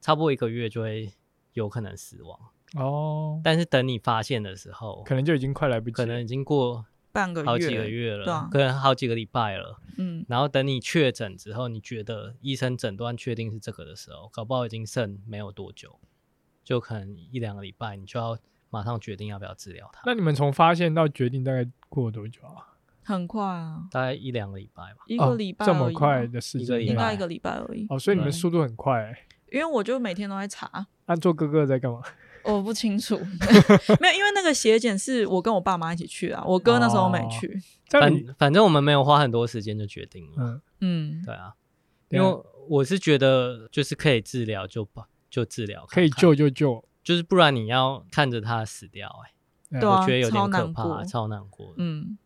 Speaker 2: 差不多一个月就会有可能死亡，
Speaker 1: 哦，
Speaker 2: 但是等你发现的时候，
Speaker 1: 可能就已经快来不及
Speaker 2: 可
Speaker 1: 了，
Speaker 2: 能已经过
Speaker 3: 半个月，
Speaker 2: 好几个月了，
Speaker 3: 对啊
Speaker 2: 可能好几个礼拜了。
Speaker 3: 嗯，
Speaker 2: 然后等你确诊之后，你觉得医生诊断确定是这个的时候，搞不好已经剩没有多久，就可能一两个礼拜，你就要马上决定要不要治疗它。
Speaker 1: 那你们从发现到决定大概过了多久啊？
Speaker 3: 很快啊，
Speaker 2: 大概一两个礼拜吧。
Speaker 3: 一
Speaker 1: 一
Speaker 3: 个礼拜、啊
Speaker 1: 这么快，的时
Speaker 2: 一个
Speaker 1: 间
Speaker 2: 礼
Speaker 3: 不
Speaker 1: 内
Speaker 2: 拜
Speaker 3: 到一个礼拜而已。
Speaker 1: 哦，所以你们
Speaker 2: 对
Speaker 1: 速度很快、欸。
Speaker 3: 因为我就每天都在查，
Speaker 1: 那做哥哥在 干嘛？
Speaker 3: 我不清楚，没有，因为那个血检是我跟我爸妈一起去啊，我哥那时候没去，
Speaker 2: 哦
Speaker 1: 这样你
Speaker 2: 反反正我们没有花很多时间就决定了。
Speaker 1: 嗯，
Speaker 3: 嗯，
Speaker 2: 对啊，
Speaker 1: 对
Speaker 2: 因
Speaker 1: 啊
Speaker 2: 为我是觉得就是可以治疗就把就治疗看看，
Speaker 1: 可以救就救。
Speaker 2: 就是不然你要看着它死掉、欸，
Speaker 1: 嗯
Speaker 3: 对啊
Speaker 2: 我觉得有点可
Speaker 3: 超难
Speaker 2: 怕，
Speaker 3: 过
Speaker 2: 超难过的。
Speaker 3: 嗯，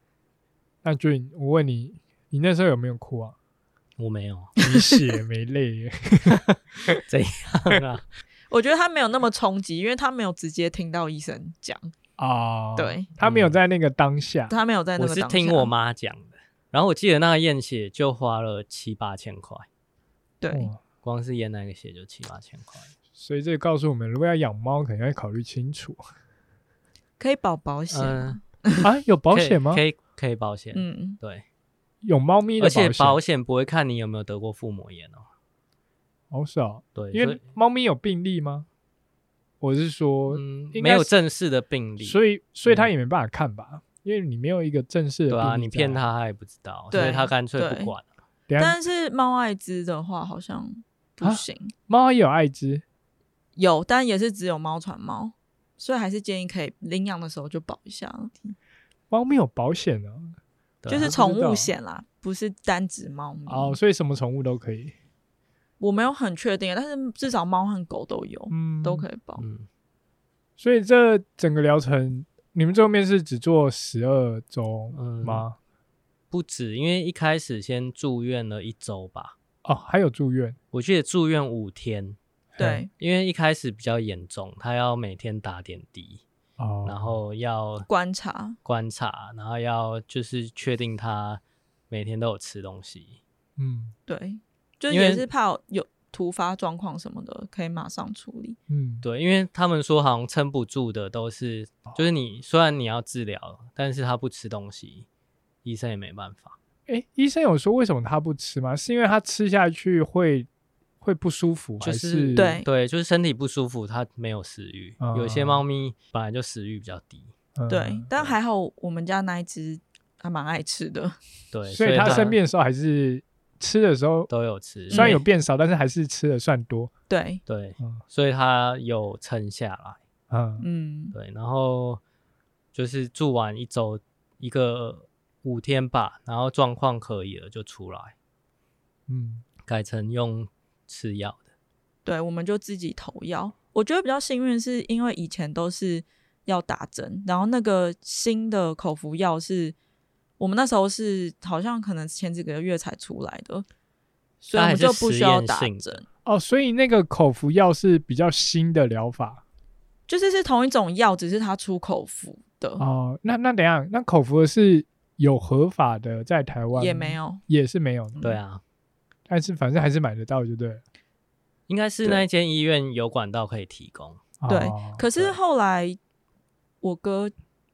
Speaker 1: 那俊，我问你，你那时候有没有哭啊？
Speaker 2: 我没 有
Speaker 1: 你血没泪，
Speaker 2: 怎样啊，
Speaker 3: 我觉得他没有那么冲击，因为他没有直接听到医生讲，
Speaker 1: 啊，
Speaker 3: 对，
Speaker 1: 他没有在那个当下，
Speaker 3: 他没有在
Speaker 2: 哦
Speaker 3: 那
Speaker 2: 我
Speaker 3: 个
Speaker 2: 是
Speaker 3: 当
Speaker 2: 听
Speaker 3: 下
Speaker 2: 我，妈讲的。然后我记得那个验血就花了七八千块，
Speaker 3: 对，
Speaker 1: 哇
Speaker 2: 光是验那个血就七八千块。
Speaker 1: 所以这个告诉我们，如果要养猫，可能要考虑清 楚
Speaker 3: 可以保保险
Speaker 2: 呃
Speaker 3: 啊，
Speaker 1: 啊。有保险吗
Speaker 2: 可？以可以可以保险，
Speaker 3: 嗯，
Speaker 2: 对，
Speaker 1: 有猫咪的
Speaker 2: 而且保
Speaker 1: 险
Speaker 2: 险不会看你有没有得过腹膜炎哦。
Speaker 1: 好少，
Speaker 2: 对，
Speaker 1: 哦啊因
Speaker 2: 所
Speaker 1: 为
Speaker 2: 以
Speaker 1: 猫咪有病例吗？我是说，
Speaker 2: 嗯
Speaker 1: 应该
Speaker 2: 没有
Speaker 1: 是
Speaker 2: 正式的病例，
Speaker 1: 所以所以他
Speaker 2: 嗯
Speaker 1: 也没办法看吧，因为你没有一个正式的
Speaker 2: 对啊，
Speaker 1: 病例
Speaker 2: 你骗
Speaker 1: 在。
Speaker 2: 他他也不知道，所以
Speaker 3: 对
Speaker 2: 他干脆
Speaker 3: 对
Speaker 2: 不管。
Speaker 1: 等一下
Speaker 3: 但是猫艾滋的话好像不
Speaker 1: 啊
Speaker 3: 行，
Speaker 1: 猫也有艾滋，
Speaker 3: 有，但也是只有猫传猫，所以还是建议可以领养的时候就保一下了，
Speaker 1: 猫咪有保险的哦
Speaker 2: 对
Speaker 3: 就
Speaker 2: 啊
Speaker 3: 是
Speaker 1: 啊不知
Speaker 3: 宠
Speaker 1: 道
Speaker 3: 物险啦，不是单指猫
Speaker 2: 嗯
Speaker 3: 咪。
Speaker 1: 哦，所以什么宠物都可以，
Speaker 3: 我没有很确定，但是至少猫和狗都有，
Speaker 1: 嗯，
Speaker 3: 都可以保。
Speaker 2: 嗯，
Speaker 1: 所以这整个疗程，你们最后面是只做十二周
Speaker 2: 嗯
Speaker 1: 吗？
Speaker 2: 不止，因为一开始先住院了一周吧，
Speaker 1: 哦，还有住院，
Speaker 2: 我记得住院五天，
Speaker 3: 对，
Speaker 2: 因为一开始比较严重，他要每天打点滴，
Speaker 1: 哦，
Speaker 2: 然后要
Speaker 3: 观察，
Speaker 2: 观察，然后要就是确定他每天都有吃东西。
Speaker 1: 嗯
Speaker 3: 对，就是
Speaker 2: 因为
Speaker 3: 也是怕有突发状况什么的，可以马上处理。
Speaker 1: 嗯，
Speaker 2: 对，因为他们说好像撑不住的都是，就是你虽然你要治疗，但是他不吃东西，医生也没办法。
Speaker 1: 哎，医生有说为什么他不吃吗？是因为他吃下去会会不舒服，
Speaker 2: 就
Speaker 1: 还
Speaker 2: 是
Speaker 1: 是
Speaker 3: 对
Speaker 2: 对，就是身体不舒服，它没有食欲。有些猫咪本来就食欲比较低，
Speaker 1: 嗯
Speaker 3: 对，但还好我们家那一只还蛮爱吃的，
Speaker 2: 对，
Speaker 1: 所以他
Speaker 2: 它
Speaker 1: 生病的时候还是吃的时候，
Speaker 2: 都有吃，
Speaker 1: 虽然
Speaker 3: 嗯
Speaker 1: 有
Speaker 2: 因为
Speaker 1: 变少，但是还是吃的算多，
Speaker 3: 对，
Speaker 2: 对
Speaker 1: 嗯，
Speaker 2: 所以它有撑下来。
Speaker 1: 嗯，
Speaker 3: 嗯，
Speaker 2: 对，然后就是住完一周一个五天吧，然后状况可以了就出来，
Speaker 1: 嗯，
Speaker 2: 改成用吃药的。
Speaker 3: 对，我们就自己投药。我觉得比较幸运是因为以前都是要打针，然后那个新的口服药是我们那时候是好像可能前几个月才出来的，所以
Speaker 2: 它
Speaker 3: 我
Speaker 2: 还
Speaker 3: 们
Speaker 2: 是
Speaker 3: 就不
Speaker 2: 实
Speaker 3: 需要
Speaker 2: 验
Speaker 3: 打
Speaker 2: 性的
Speaker 3: 针，
Speaker 1: 哦，所以那个口服药是比较新的疗法
Speaker 3: 就是是同一种药，只是它出口服的，
Speaker 1: 哦。那那等一下，那口服的是有合法的，在台湾
Speaker 3: 也没，有。
Speaker 1: 也是没有的，
Speaker 2: 对啊，
Speaker 1: 但是反正还是买得到，就对了。
Speaker 2: 应该是
Speaker 3: 对
Speaker 2: 那间医院有管道可以提供。
Speaker 3: 对
Speaker 1: 哦
Speaker 3: 可是
Speaker 2: 对
Speaker 3: 后来我哥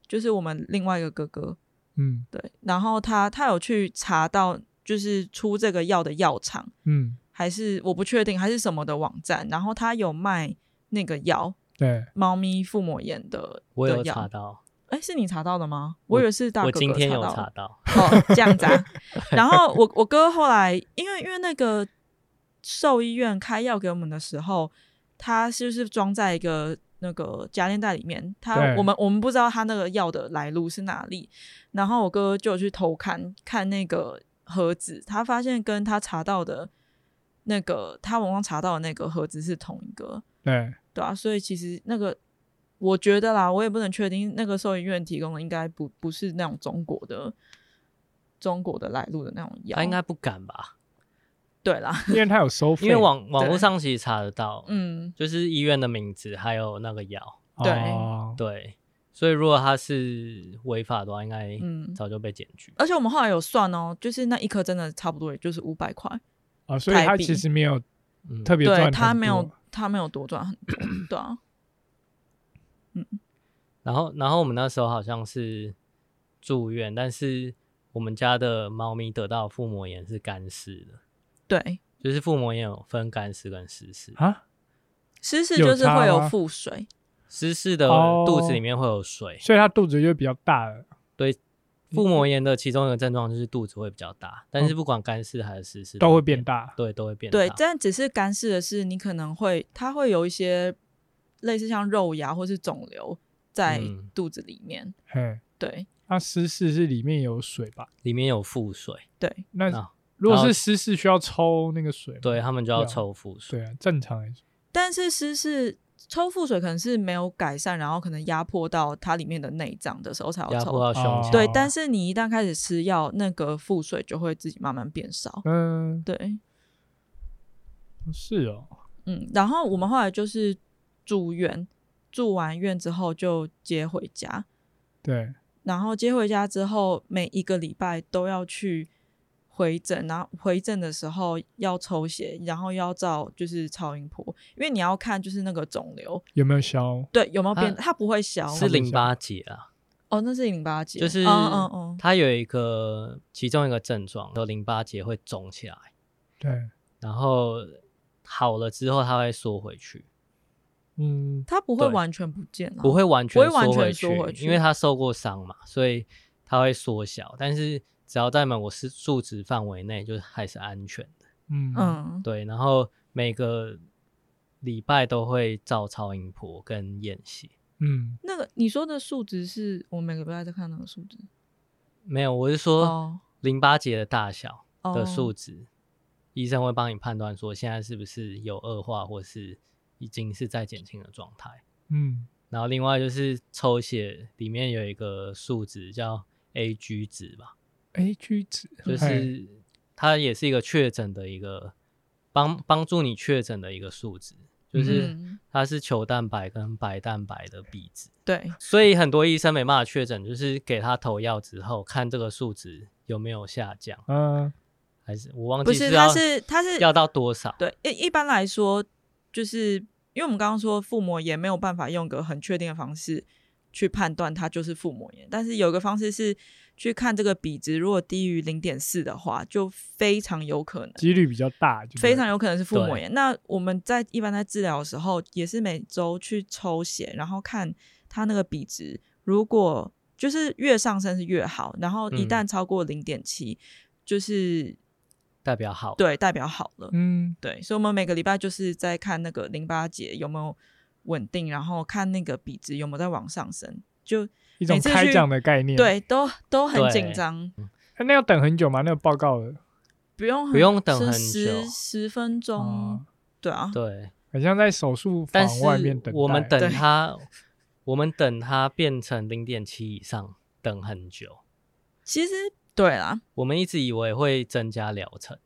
Speaker 3: 就是我们另外一个哥哥，
Speaker 1: 嗯
Speaker 3: 对，然后他他有去查到就是出这个药的药厂。
Speaker 1: 嗯，
Speaker 3: 还是我不确定还是什么的网站，然后他有卖那个药，
Speaker 1: 对，
Speaker 3: 猫咪腹膜炎的
Speaker 2: 我有
Speaker 3: 的
Speaker 2: 查
Speaker 3: 药。
Speaker 2: 到，
Speaker 3: 哎，是你查到的吗？
Speaker 2: 我
Speaker 3: 我以为是大哥
Speaker 2: 我
Speaker 3: 哥
Speaker 2: 今天有
Speaker 3: 到
Speaker 2: 查
Speaker 3: 的。
Speaker 2: 到，
Speaker 3: 哦，这样子啊。然后我我哥后来，因为因为那个兽医院开药给我们的时候，他就是装在一个那个夹链袋里面，他
Speaker 1: 对
Speaker 3: 我们我们不知道他那个药的来路是哪里。然后我哥就有去偷看看那个盒子，他发现跟他查到的那个他网上查到的那个盒子是同一个，
Speaker 1: 对，
Speaker 3: 对啊，所以其实那个我觉得啦，我也不能确定那个兽医院提供的应该不不是那种中国的中国的来路的那种药，
Speaker 2: 他啊应该不敢 吧？
Speaker 3: 对啦，
Speaker 1: 因为它有收费，
Speaker 2: 因为网网络
Speaker 3: 对
Speaker 2: 上其实查得到，
Speaker 3: 嗯，
Speaker 2: 就是医院的名字还有那个药，
Speaker 1: 哦
Speaker 3: 对
Speaker 2: 对，所以如果他是违法的话，应该
Speaker 3: 嗯
Speaker 2: 早就被检举。
Speaker 3: 而且我们后来有算哦，就是那一颗真的差不多也就是五百块，
Speaker 1: 啊，所以它
Speaker 3: 台币
Speaker 1: 其实没有
Speaker 2: 嗯，
Speaker 1: 特别
Speaker 3: 对
Speaker 1: 赚，
Speaker 3: 他没有。他没有多赚很多，对啊，
Speaker 2: 然后，然后我们那时候好像是住院，但是我们家的猫咪得到腹膜炎是干湿的，
Speaker 3: 对，
Speaker 2: 就是腹膜炎有分干湿跟湿湿，
Speaker 1: 啊，
Speaker 3: 湿湿
Speaker 1: 有
Speaker 3: 就是
Speaker 1: 差
Speaker 3: 会有
Speaker 1: 吗
Speaker 3: 腹水，
Speaker 2: 湿湿的
Speaker 1: 哦
Speaker 2: 肚子里面会有水，
Speaker 1: 所以它肚子就比较大了。
Speaker 2: 腹膜炎的其中一个症状就是肚子会比较大，但是不管干湿还是湿湿
Speaker 1: 嗯都会变大
Speaker 2: 对，都会变大。
Speaker 3: 对，但只是干湿的是你可能会它会有一些类似像肉芽或是肿瘤在
Speaker 2: 嗯
Speaker 3: 肚子里面，
Speaker 1: 嘿，
Speaker 3: 对
Speaker 1: 那湿式是里面有水吧？
Speaker 2: 里面有腹水，
Speaker 3: 对，
Speaker 1: 那
Speaker 2: 啊
Speaker 1: 如果
Speaker 2: 然后
Speaker 1: 是湿式需要抽那个水吗，
Speaker 2: 对他们就要
Speaker 1: 要
Speaker 2: 抽腹水。
Speaker 1: 对啊，正常来说，
Speaker 3: 但是湿是抽腹水可能是没有改善，然后可能压迫到它里面的内脏的时候才要
Speaker 2: 压
Speaker 3: 抽。
Speaker 2: 迫到胸
Speaker 1: 哦
Speaker 2: 腔，
Speaker 3: 对，但是你一旦开始吃药，那个腹水就会自己慢慢变少。
Speaker 1: 嗯，
Speaker 3: 对，
Speaker 1: 是哦，
Speaker 3: 嗯，然后我们后来就是住院，住完院之后就接回家，
Speaker 1: 对，
Speaker 3: 然后接回家之后每一个礼拜都要去回诊，然后回诊的时候要抽血，然后要照就是超音波，因为你要看就是那个肿瘤
Speaker 1: 有没有消？
Speaker 3: 对有没有变，
Speaker 2: 啊
Speaker 3: 它不会小，
Speaker 2: 是淋巴结啊，
Speaker 3: 哦，那是淋巴结，
Speaker 2: 就是
Speaker 3: 嗯嗯嗯，
Speaker 2: 它有一个其中一个症状，就淋巴结会肿起来，
Speaker 1: 对，
Speaker 2: 然后好了之后它会缩回去，
Speaker 1: 嗯，
Speaker 3: 它不会
Speaker 2: 对
Speaker 3: 完全不见啊，
Speaker 2: 不会完全
Speaker 3: 不会完
Speaker 2: 缩
Speaker 3: 全
Speaker 2: 回
Speaker 3: 缩回去
Speaker 2: 因为它受过伤嘛，所以它会缩小，但是只要在我是数值范围内，就是还是安全的。
Speaker 1: 嗯
Speaker 3: 嗯，
Speaker 2: 对，然后每个礼拜都会照超音波跟验血。
Speaker 1: 嗯，
Speaker 3: 那个你说的数值是我每个礼拜在看那个数值
Speaker 2: 没有，我是说
Speaker 3: 哦
Speaker 2: 淋巴结的大小。
Speaker 3: 哦
Speaker 2: 的数值，医生会帮你判断说现在是不是有恶化，或是已经是在减轻的状态。
Speaker 1: 嗯，
Speaker 2: 然后另外就是抽血里面有一个数值叫 Ag 值吧，
Speaker 1: 哎，居子
Speaker 2: 就
Speaker 1: 嘿
Speaker 2: 是它也是一个确诊的一个帮帮助你确诊的一个数值，就是
Speaker 3: 嗯
Speaker 2: 它是球蛋白跟白蛋白的比值。
Speaker 3: 对
Speaker 2: 所以很多医生没办法确诊，就是给他投药之后看这个数值有没有下降，
Speaker 1: 嗯，
Speaker 2: 还是我忘记
Speaker 3: 不是，
Speaker 2: 要
Speaker 3: 它是它是
Speaker 2: 要到多少？
Speaker 3: 对一一般来说，就是因为我们刚刚说腹膜炎没有办法用个很确定的方式去判断它就是腹膜炎，但是有一个方式是去看这个比值，如果低于零点四的话，就非常有可能。
Speaker 1: 几率比较大，就
Speaker 3: 非常有可能是腹膜
Speaker 2: 嗯对
Speaker 3: 炎。那我们在一般在治疗的时候，也是每周去抽血，然后看它那个比值，如果就是越上升是越好，然后一
Speaker 2: 嗯
Speaker 3: 旦超过零点七，就是
Speaker 2: 代表好。
Speaker 3: 对代表好了。
Speaker 1: 嗯，
Speaker 3: 对，所以我们每个礼拜就是在看那个淋巴结有没有稳定，然后看那个比值有没有在往上升，就
Speaker 1: 一种
Speaker 3: 每次
Speaker 1: 开
Speaker 3: 去
Speaker 1: 奖的概念，
Speaker 3: 对，都都很
Speaker 2: 嗯
Speaker 3: 紧
Speaker 2: 对
Speaker 3: 张，
Speaker 1: 哎，那要等很久吗？那个报告的，
Speaker 3: 不用
Speaker 2: 不用等
Speaker 3: 是
Speaker 2: 很
Speaker 3: 十
Speaker 2: 久
Speaker 3: 十分钟，
Speaker 1: 哦
Speaker 3: 对啊，
Speaker 2: 对，
Speaker 1: 很像在手术
Speaker 2: 但
Speaker 1: 房
Speaker 2: 是
Speaker 1: 外面等待，
Speaker 2: 我们等
Speaker 3: 对
Speaker 2: 它，我们等它变成零点七以上，等很久。
Speaker 3: 其实对啦，
Speaker 2: 我们一直以为会增加疗程，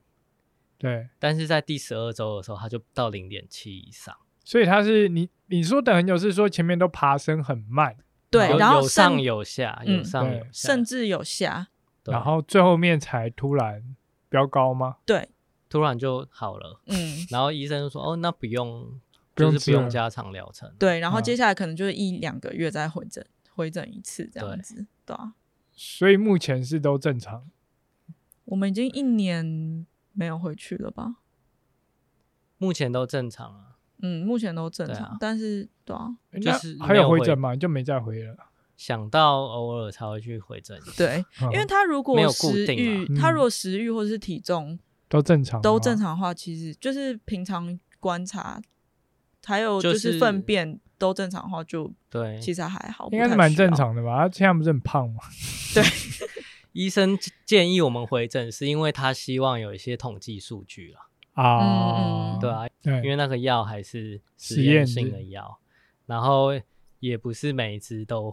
Speaker 1: 对，
Speaker 2: 但是在第十二周的时候，它就到零点七以上，
Speaker 1: 所以它是你你说等很久是说前面都爬升很慢，
Speaker 3: 对，
Speaker 2: 有
Speaker 3: 然后
Speaker 2: 有
Speaker 3: 甚
Speaker 2: 上有下，
Speaker 3: 嗯
Speaker 2: 有上
Speaker 1: 对
Speaker 2: 有下，
Speaker 3: 甚至有下，
Speaker 2: 对
Speaker 1: 然后最后面才突然飙高吗？
Speaker 3: 对，
Speaker 2: 突然就好了。
Speaker 3: 嗯，
Speaker 2: 然后医生就说：“哦，那不用，
Speaker 1: 不用
Speaker 2: 就是不
Speaker 1: 治啊
Speaker 2: 用
Speaker 1: 了
Speaker 2: 加长疗程。
Speaker 3: 对，然后
Speaker 1: 啊
Speaker 3: 接下来可能就是一两个月再回诊，回诊一次这样
Speaker 2: 对
Speaker 3: 子，对啊，
Speaker 1: 所以目前是都正常，
Speaker 3: 我们已经一年没有回去了吧？
Speaker 2: 目前都正常啊。
Speaker 3: 嗯，目前都正
Speaker 2: 对
Speaker 3: 常，
Speaker 2: 啊
Speaker 3: 但是对啊，
Speaker 1: 哎
Speaker 2: 就
Speaker 1: 那
Speaker 2: 是
Speaker 1: 还
Speaker 2: 没
Speaker 1: 有
Speaker 2: 有
Speaker 1: 回
Speaker 2: 回
Speaker 1: 诊吗？就没再回了，
Speaker 2: 想到偶尔才会去回诊一下，
Speaker 3: 对，
Speaker 1: 嗯
Speaker 3: 因为他如
Speaker 2: 没
Speaker 3: 果
Speaker 2: 有固
Speaker 3: 食
Speaker 2: 定
Speaker 3: 欲
Speaker 2: 啦，
Speaker 1: 嗯
Speaker 3: 他
Speaker 1: 哦
Speaker 3: 如果食欲或者是体重
Speaker 1: 都正常，
Speaker 3: 都正，常的话，其实就是平常观察，还有
Speaker 2: 就
Speaker 3: 就是
Speaker 2: 是
Speaker 3: 粪便都正常的话，就
Speaker 2: 对，
Speaker 3: 其实还好，
Speaker 1: 应
Speaker 3: 不
Speaker 1: 该
Speaker 3: 太
Speaker 1: 是蛮
Speaker 3: 需
Speaker 1: 正
Speaker 3: 要。
Speaker 1: 常的吧？他现在不是很胖吗？
Speaker 2: 医生建建议我们回诊，是因为他希望有一些统计数据啦，
Speaker 1: 啊，
Speaker 3: 嗯
Speaker 2: 对啊，
Speaker 1: 对，
Speaker 2: 因为那个药还是
Speaker 1: 实
Speaker 2: 实
Speaker 1: 验
Speaker 2: 验
Speaker 1: 制
Speaker 2: 性的药，然后也不是每一只都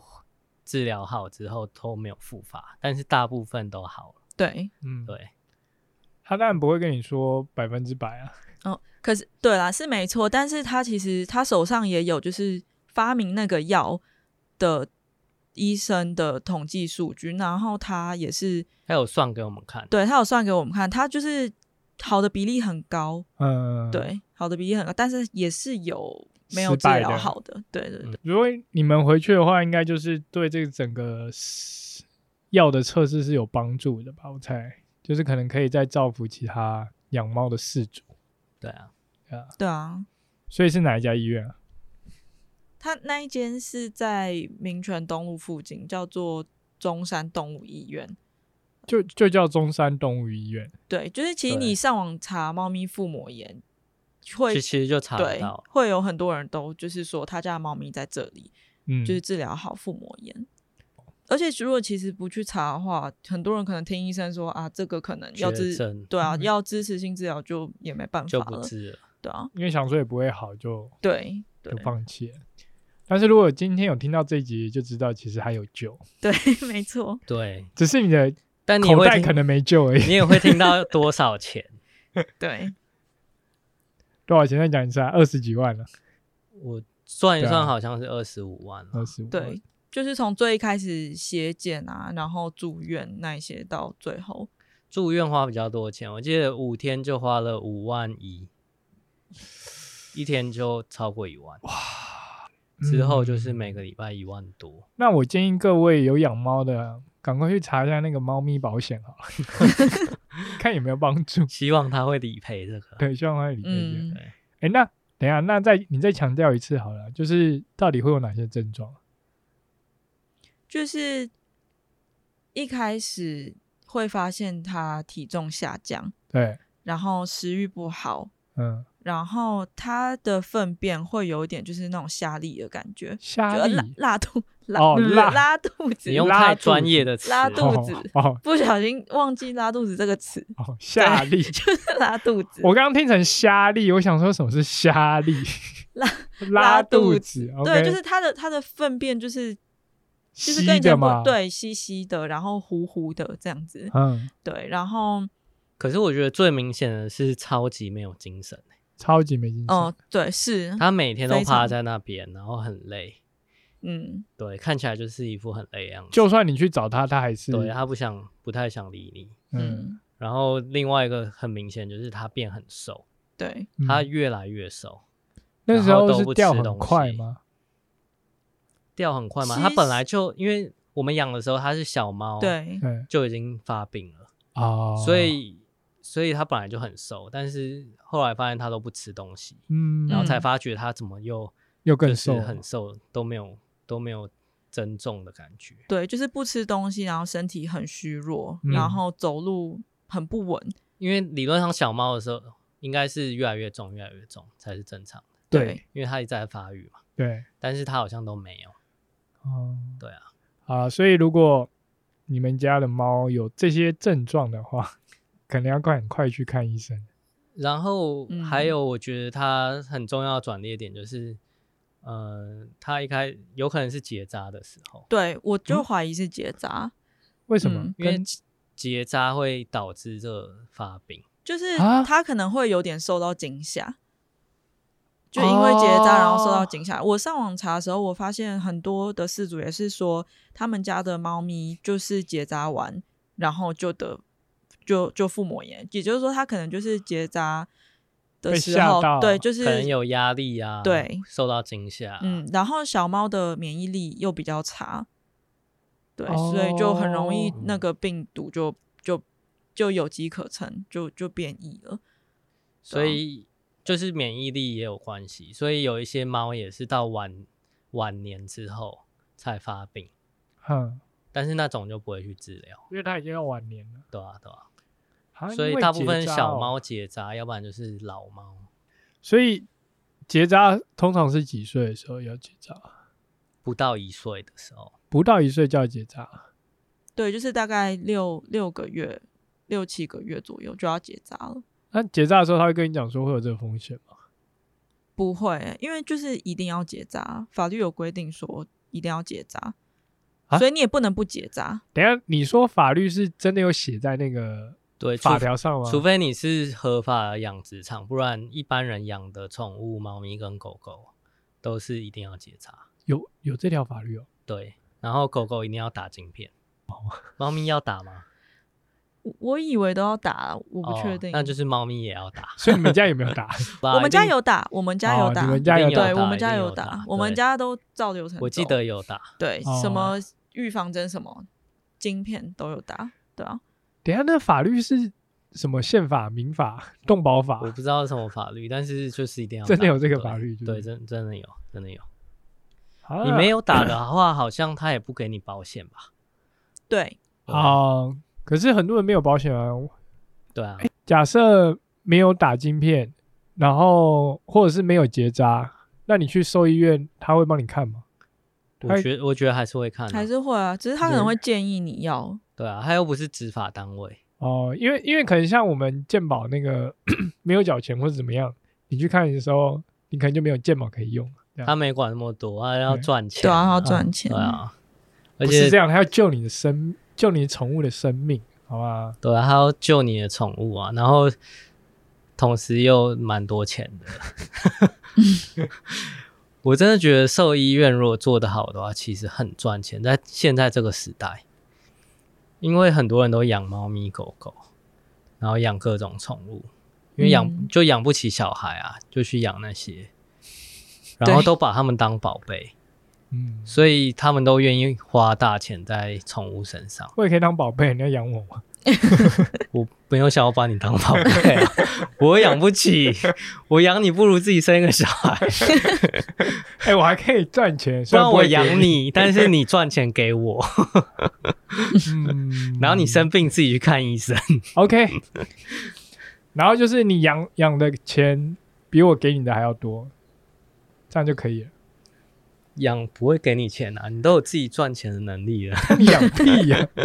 Speaker 2: 治疗好之后都没有复发，但是大部分都好了。
Speaker 3: 对，
Speaker 1: 嗯，
Speaker 2: 对，
Speaker 1: 他当然不会跟你说百分之百啊，
Speaker 3: 哦，可是对啦，是没错，但是他其实他手上也有就是发明那个药的医生的统计数据，然后他也是
Speaker 2: 还有算给我们看，
Speaker 3: 对他有算给我们看，他就是好的比例很高，
Speaker 1: 嗯，。
Speaker 3: 对，好的比例很高，但是也是有没有
Speaker 1: 失
Speaker 3: 治
Speaker 1: 败
Speaker 3: 疗
Speaker 1: 的嗯
Speaker 3: 好的，对对对，
Speaker 1: 如果你们回去的话，应该就是对这个整个药的测试是有帮助的吧？我猜，就是可能可以再造福其他养猫的饲主。
Speaker 2: 对啊，
Speaker 3: 对啊，
Speaker 1: 所以是哪一家医院啊？
Speaker 3: 他那一间是在民权东路附近，叫做中山动物医院。
Speaker 1: 就就叫中山动物医院。
Speaker 3: 对，就是其实
Speaker 2: 对
Speaker 3: 你上网查猫咪腹膜炎，会
Speaker 2: 其其实就查得
Speaker 3: 对
Speaker 2: 到，，
Speaker 3: 会有很多人都就是说他家的猫咪在这里，
Speaker 1: 嗯，
Speaker 3: 就是治疗好腹膜炎。而且如果其实不去查的话，很多人可能听医生说啊，这个可能要
Speaker 2: 绝
Speaker 3: 支
Speaker 2: 症
Speaker 3: 对啊，
Speaker 1: 嗯
Speaker 3: 要支持性治疗就也没办法
Speaker 2: 就不
Speaker 3: 了，
Speaker 2: 治了。
Speaker 3: 对啊，
Speaker 1: 因为想说也不会好，就
Speaker 3: 对对
Speaker 1: 就放弃了。但是如果今天有听到这一集，就知道其实还有救，
Speaker 3: 对， 没错，
Speaker 2: 对，
Speaker 1: 只是你的
Speaker 2: 但你
Speaker 1: 口
Speaker 2: 会
Speaker 1: 袋可
Speaker 2: 听，
Speaker 1: 能没救而已。
Speaker 2: 你也会听到多少钱？
Speaker 3: 对，
Speaker 2: 嗯
Speaker 1: 多少钱？再讲一下，二十几万了，
Speaker 2: 我算一
Speaker 1: 对
Speaker 2: 算，
Speaker 1: 啊
Speaker 2: 好像是二十五万了。
Speaker 1: 二十五。
Speaker 3: 对，，就是从最一开始血检啊，然后住院那一些，到最后
Speaker 2: 住院花比较多钱，我记得五天就花了五万一，一天就超过一万。
Speaker 1: 嗯
Speaker 2: 之后就是每个礼拜一万多，
Speaker 1: 那我建议各位有养猫的，赶快去查一下那个猫咪保险好了， 看有没有帮助。
Speaker 2: 希望他会理赔这个。
Speaker 1: 对，希望会理解。哎、
Speaker 3: 嗯
Speaker 2: 对
Speaker 1: 那等一下，那再你再强调一次好了，就是到底会有哪些症状？
Speaker 3: 就是一开始会发现他体重下降，
Speaker 1: 对，
Speaker 3: 然后食欲不好，
Speaker 1: 嗯，
Speaker 3: 然后它的粪便会有一点就是那种下痢的感觉，
Speaker 1: 下
Speaker 3: 就
Speaker 1: 痢
Speaker 3: 拉拉肚拉、
Speaker 1: 哦拉
Speaker 3: 拉拉肚子
Speaker 2: 你，用
Speaker 1: 拉
Speaker 2: 太
Speaker 1: 肚
Speaker 2: 专
Speaker 1: 子
Speaker 2: 业的词
Speaker 3: 拉
Speaker 2: 了
Speaker 3: 肚子
Speaker 1: 哦哦
Speaker 3: 不小心忘记拉肚子这个词，
Speaker 1: 哦，下痢。
Speaker 3: 就是拉肚子，
Speaker 1: 我刚刚听成虾粒，我想说什么是虾粒？
Speaker 3: 拉
Speaker 1: 拉
Speaker 3: 拉
Speaker 1: 肚
Speaker 3: 肚
Speaker 1: 子，
Speaker 3: 对，
Speaker 1: OK，
Speaker 3: 就是它的它的粪便就是就是跟
Speaker 1: 稀
Speaker 3: 以前
Speaker 1: 的
Speaker 3: 不
Speaker 1: 嘛，，
Speaker 3: 对稀稀的，然后糊糊的这样子，
Speaker 1: 嗯，
Speaker 3: 对，然后
Speaker 2: 可是我觉得最明显的是超级没有精神，
Speaker 1: 超级没精神。
Speaker 2: 哦
Speaker 3: 嗯、对是
Speaker 2: 他每天都
Speaker 3: 非
Speaker 2: 趴
Speaker 3: 常
Speaker 2: 在那边，然后很累，
Speaker 3: 嗯
Speaker 2: 对，看起来就是一副很累的样子。
Speaker 1: 就嗯算你去找他，他还是
Speaker 2: 对他不想，不太想理你。
Speaker 1: 嗯，
Speaker 3: 嗯
Speaker 2: 然后另外一个很明显就是他变很瘦，
Speaker 3: 对，
Speaker 1: 嗯
Speaker 2: 他越来越瘦，
Speaker 1: 那
Speaker 2: 然
Speaker 1: 时
Speaker 2: 后
Speaker 1: 候
Speaker 2: 都
Speaker 1: 是
Speaker 2: 不
Speaker 1: 掉
Speaker 2: 吃
Speaker 1: 很
Speaker 2: 东
Speaker 1: 快
Speaker 2: 西
Speaker 1: 吗？
Speaker 2: 掉很快嘛。
Speaker 3: 其
Speaker 2: 他本
Speaker 3: 实
Speaker 2: 来就因为我们养的时候它是小猫，，
Speaker 3: 对
Speaker 1: 对
Speaker 2: 就已经发病了，
Speaker 1: 哦，
Speaker 2: 所以所以它本来就很瘦，但是后来发现它都不吃东西，
Speaker 1: 嗯，
Speaker 2: 然后才
Speaker 3: 嗯
Speaker 2: 发觉它怎么又
Speaker 1: 又更
Speaker 2: 就是
Speaker 1: 瘦了，
Speaker 2: 很瘦，都没有都没有增重的感觉。
Speaker 3: 对，就是不吃东西，然后身体很虚弱，
Speaker 1: 嗯
Speaker 3: 然后走路很不稳，
Speaker 2: 因为理论上小猫的时候应该是越来越重，越来越重才是正常的，
Speaker 1: 对
Speaker 2: 因为它一直在发育嘛。
Speaker 1: 对
Speaker 2: 但是它好像都没有，
Speaker 1: 哦，
Speaker 2: 对啊，
Speaker 1: 啊，所以如果你们家的猫有这些症状的话，可能要快很快去看医生。
Speaker 2: 然后
Speaker 3: 嗯
Speaker 2: 还有，我觉得它很重要的转捩点就是，呃，它一开有可能是结扎的时候，
Speaker 3: 对我就
Speaker 1: 嗯
Speaker 3: 怀疑是结扎，
Speaker 1: 为什么？
Speaker 3: 嗯
Speaker 2: 因为
Speaker 1: 跟
Speaker 2: 结结扎会导致这个发病。
Speaker 3: 就是
Speaker 1: 啊
Speaker 3: 他可能会有点受到惊吓，就因为结扎然后受
Speaker 1: 哦
Speaker 3: 到惊吓。我上网查的时候，我发现很多的饲主也是说，他们家的猫咪就是结扎完，然后就得就就腹膜炎，也就是说，它可能就是结扎的
Speaker 1: 被
Speaker 3: 时
Speaker 1: 吓
Speaker 3: 候
Speaker 1: 到，
Speaker 3: 对，就
Speaker 2: 可能
Speaker 3: 是
Speaker 2: 有压力啊，
Speaker 3: 对
Speaker 2: 受到惊吓、啊
Speaker 3: 嗯，，然后小猫的免疫力又比较差，对，
Speaker 1: 哦
Speaker 3: 所以就很容易那个病毒就就就有机可乘，就就变异了。
Speaker 2: 所
Speaker 3: 啊
Speaker 2: 以就是免疫力也有关系。所以有一些猫也是到晚晚年之后才发病，
Speaker 1: 哼，
Speaker 2: 但是那种就不会去治疗，
Speaker 1: 因为它已经要晚年了
Speaker 2: 对啊对啊。
Speaker 1: 啊，
Speaker 2: 所以
Speaker 1: 因为
Speaker 2: 大部
Speaker 1: 结
Speaker 2: 分
Speaker 1: 扎
Speaker 2: 小
Speaker 1: 哦
Speaker 2: 猫结扎，要不然就是老猫。
Speaker 1: 所以结扎通常是几岁的时候要结扎？啊
Speaker 2: 不到一岁的时候，
Speaker 1: 不到一岁就要结扎，啊
Speaker 3: 对，就是大概六六个月、六七个月左右就要结扎了。
Speaker 1: 那结扎的时候他会跟你讲说会有这个风险吗？
Speaker 3: 不会欸、因为就是一定要结扎，法律有规定说一定要结扎，
Speaker 1: 啊
Speaker 3: 所以你也不能不结扎。
Speaker 1: 等一下你说法律是真的有写在那个
Speaker 2: 对，除
Speaker 1: 法条上吗？
Speaker 2: 除非你是合法的养殖场，不然一般人养的宠物猫咪跟狗狗都是一定要结扎。
Speaker 1: 有有这条法律哦。
Speaker 2: 对，然后狗狗一定要打晶片，
Speaker 3: 哦
Speaker 2: 猫咪要打吗？
Speaker 3: 我我以为都要打，我不确定、
Speaker 2: 哦，那就是猫咪也要打。
Speaker 1: 所以你们家有没有打？
Speaker 3: 我们家
Speaker 2: 一定
Speaker 3: 有打，我们家
Speaker 1: 哦
Speaker 3: 有打，
Speaker 1: 你们家有
Speaker 2: 一定
Speaker 1: 打
Speaker 3: 对，我们
Speaker 2: 一定
Speaker 3: 家
Speaker 2: 有
Speaker 3: 打
Speaker 2: 打，
Speaker 3: 我们
Speaker 2: 对
Speaker 3: 家都照流程走。
Speaker 2: 我记得有打，
Speaker 3: 对、
Speaker 1: 哦
Speaker 3: 什么预防针什么，晶片都有打，对啊，
Speaker 1: 等一下那法律是什么？宪法、民法、 动保法
Speaker 2: 我？不知道是什么法律，但是就是一定要
Speaker 1: 真的
Speaker 2: 打
Speaker 1: 有这个
Speaker 2: 对
Speaker 1: 法律就是
Speaker 2: 对，真真的有，真的有。
Speaker 1: 啊
Speaker 2: 你没有打的话，好像他也不给你保险吧？
Speaker 3: 对，
Speaker 1: 啊？可是很多人没有保险啊。
Speaker 2: 对啊，
Speaker 1: 假设没有打晶片，然后或者是没有结扎，那你去兽医院，他会帮你看吗？
Speaker 2: 我觉我觉得还是会看、
Speaker 3: 还
Speaker 2: 啊，
Speaker 3: 是会啊，只是他可能会建议你要，
Speaker 2: 对啊，他又不是执法单位，
Speaker 1: 哦、因为因为可能像我们健保那个 没有缴钱或者怎么样，你去看的时候，你可能就没有健保可以用，
Speaker 2: 他没管那么多，他要
Speaker 1: 啊对
Speaker 2: 赚钱，
Speaker 3: 对啊，他
Speaker 1: 嗯
Speaker 3: 要赚钱
Speaker 2: 对，啊，而
Speaker 1: 不是
Speaker 2: 且
Speaker 1: 这样，他要救你的生，救你宠物的生命，好吧？
Speaker 2: 对啊，他要救你的宠物啊，然后同时又蛮多钱的。 我真的觉得兽医院如果做得好的话，其实很赚钱，在现在这个时代，因为很多人都养猫咪、狗狗，然后养各种宠物，因为养、
Speaker 3: 嗯
Speaker 2: 就养不起小孩啊，就去养那些，然后
Speaker 3: 对
Speaker 2: 都把他们当宝贝，
Speaker 1: 嗯，
Speaker 2: 所以他们都愿意花大钱在宠物身上。
Speaker 1: 我也可以当宝贝，你要养我吗？
Speaker 2: 我没有想要把你当宝贝啊，我养不起，我养你不如自己生一个小孩，
Speaker 1: 哎、我还可以赚钱，
Speaker 2: 不
Speaker 1: 虽
Speaker 2: 然
Speaker 1: 不
Speaker 2: 我
Speaker 1: 会给
Speaker 2: 养，你，但是你赚钱给我，
Speaker 1: 嗯
Speaker 2: 然后你生病自己去看医生。
Speaker 1: OK，然后就是你养养的钱比我给你的还要多，这样就可以了。
Speaker 2: 养不会给你钱啊，你都有自己赚钱的能力了。
Speaker 1: 你养屁呀、